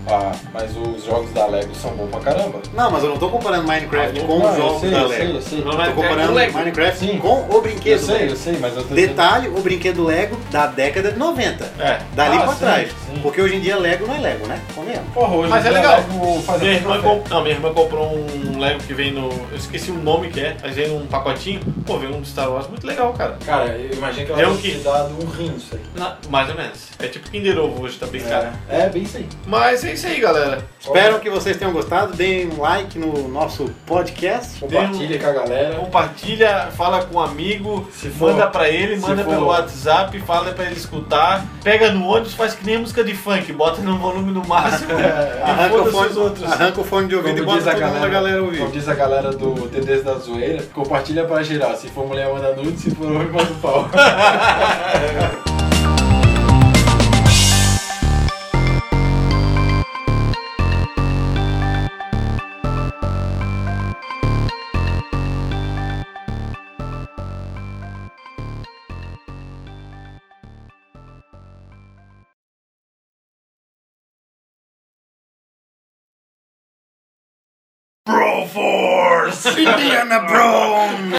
Speaker 2: Ah, mas os jogos da Lego são bons pra caramba.
Speaker 1: Não, mas eu não tô comparando Minecraft
Speaker 2: Ah,
Speaker 1: com
Speaker 2: eu
Speaker 1: os jogos
Speaker 2: sei,
Speaker 1: da
Speaker 2: eu
Speaker 1: Lego.
Speaker 2: sei, eu sei.
Speaker 3: Não,
Speaker 1: Eu
Speaker 3: mas
Speaker 1: tô comparando
Speaker 3: é Lego.
Speaker 1: Minecraft
Speaker 2: Sim.
Speaker 1: com o
Speaker 2: Eu
Speaker 1: brinquedo.
Speaker 2: sei,
Speaker 1: Lego.
Speaker 2: eu sei, mas eu tô dizendo-
Speaker 1: Detalhe, o brinquedo Lego da década de 90.
Speaker 3: É.
Speaker 1: Dali
Speaker 2: Ah,
Speaker 1: pra
Speaker 2: sim,
Speaker 1: trás.
Speaker 2: sim.
Speaker 1: Porque hoje em dia Lego não é Lego, né? Convenhamos.
Speaker 2: Porra, hoje
Speaker 3: Mas é
Speaker 2: em dia
Speaker 3: legal.
Speaker 2: Lego faz
Speaker 3: Minha
Speaker 2: até
Speaker 3: irmã,
Speaker 2: café.
Speaker 3: comp- não, minha irmã comprou um Lego que vem no. Eu esqueci o nome que é, mas vem num pacotinho. Pô, vem um do Star Wars muito legal, cara.
Speaker 2: Cara, eu imagino É que ela
Speaker 3: Deu
Speaker 2: deve
Speaker 3: o quê?
Speaker 2: ter dado um rim isso aí.
Speaker 3: Na- mais ou menos. É tipo Kinder Ovo hoje, tá bem cara.
Speaker 2: É, bem isso aí.
Speaker 3: Mas é isso aí, galera.
Speaker 1: Espero que vocês tenham gostado. Deem um like no nosso podcast.
Speaker 2: Compartilha com a galera.
Speaker 3: Compartilha, fala com um amigo,
Speaker 2: Se for-
Speaker 3: manda pra ele,
Speaker 2: se
Speaker 3: manda
Speaker 2: for-
Speaker 3: pelo WhatsApp, fala pra ele escutar. Pega no ônibus, faz que nem música de funk, bota no volume no máximo. e
Speaker 1: Arranca o,
Speaker 3: foda-se É, os
Speaker 1: fone,
Speaker 3: outros.
Speaker 1: arranca o fone de ouvido e
Speaker 2: Como
Speaker 1: bota
Speaker 2: diz, a
Speaker 1: todo mundo
Speaker 2: galera,
Speaker 1: pra galera ouvir.
Speaker 2: como diz a galera do TDs da Zoeira, compartilha pra geral. Se for mulher, manda nude, se for homem, manda o pau.
Speaker 4: Indiana Brown!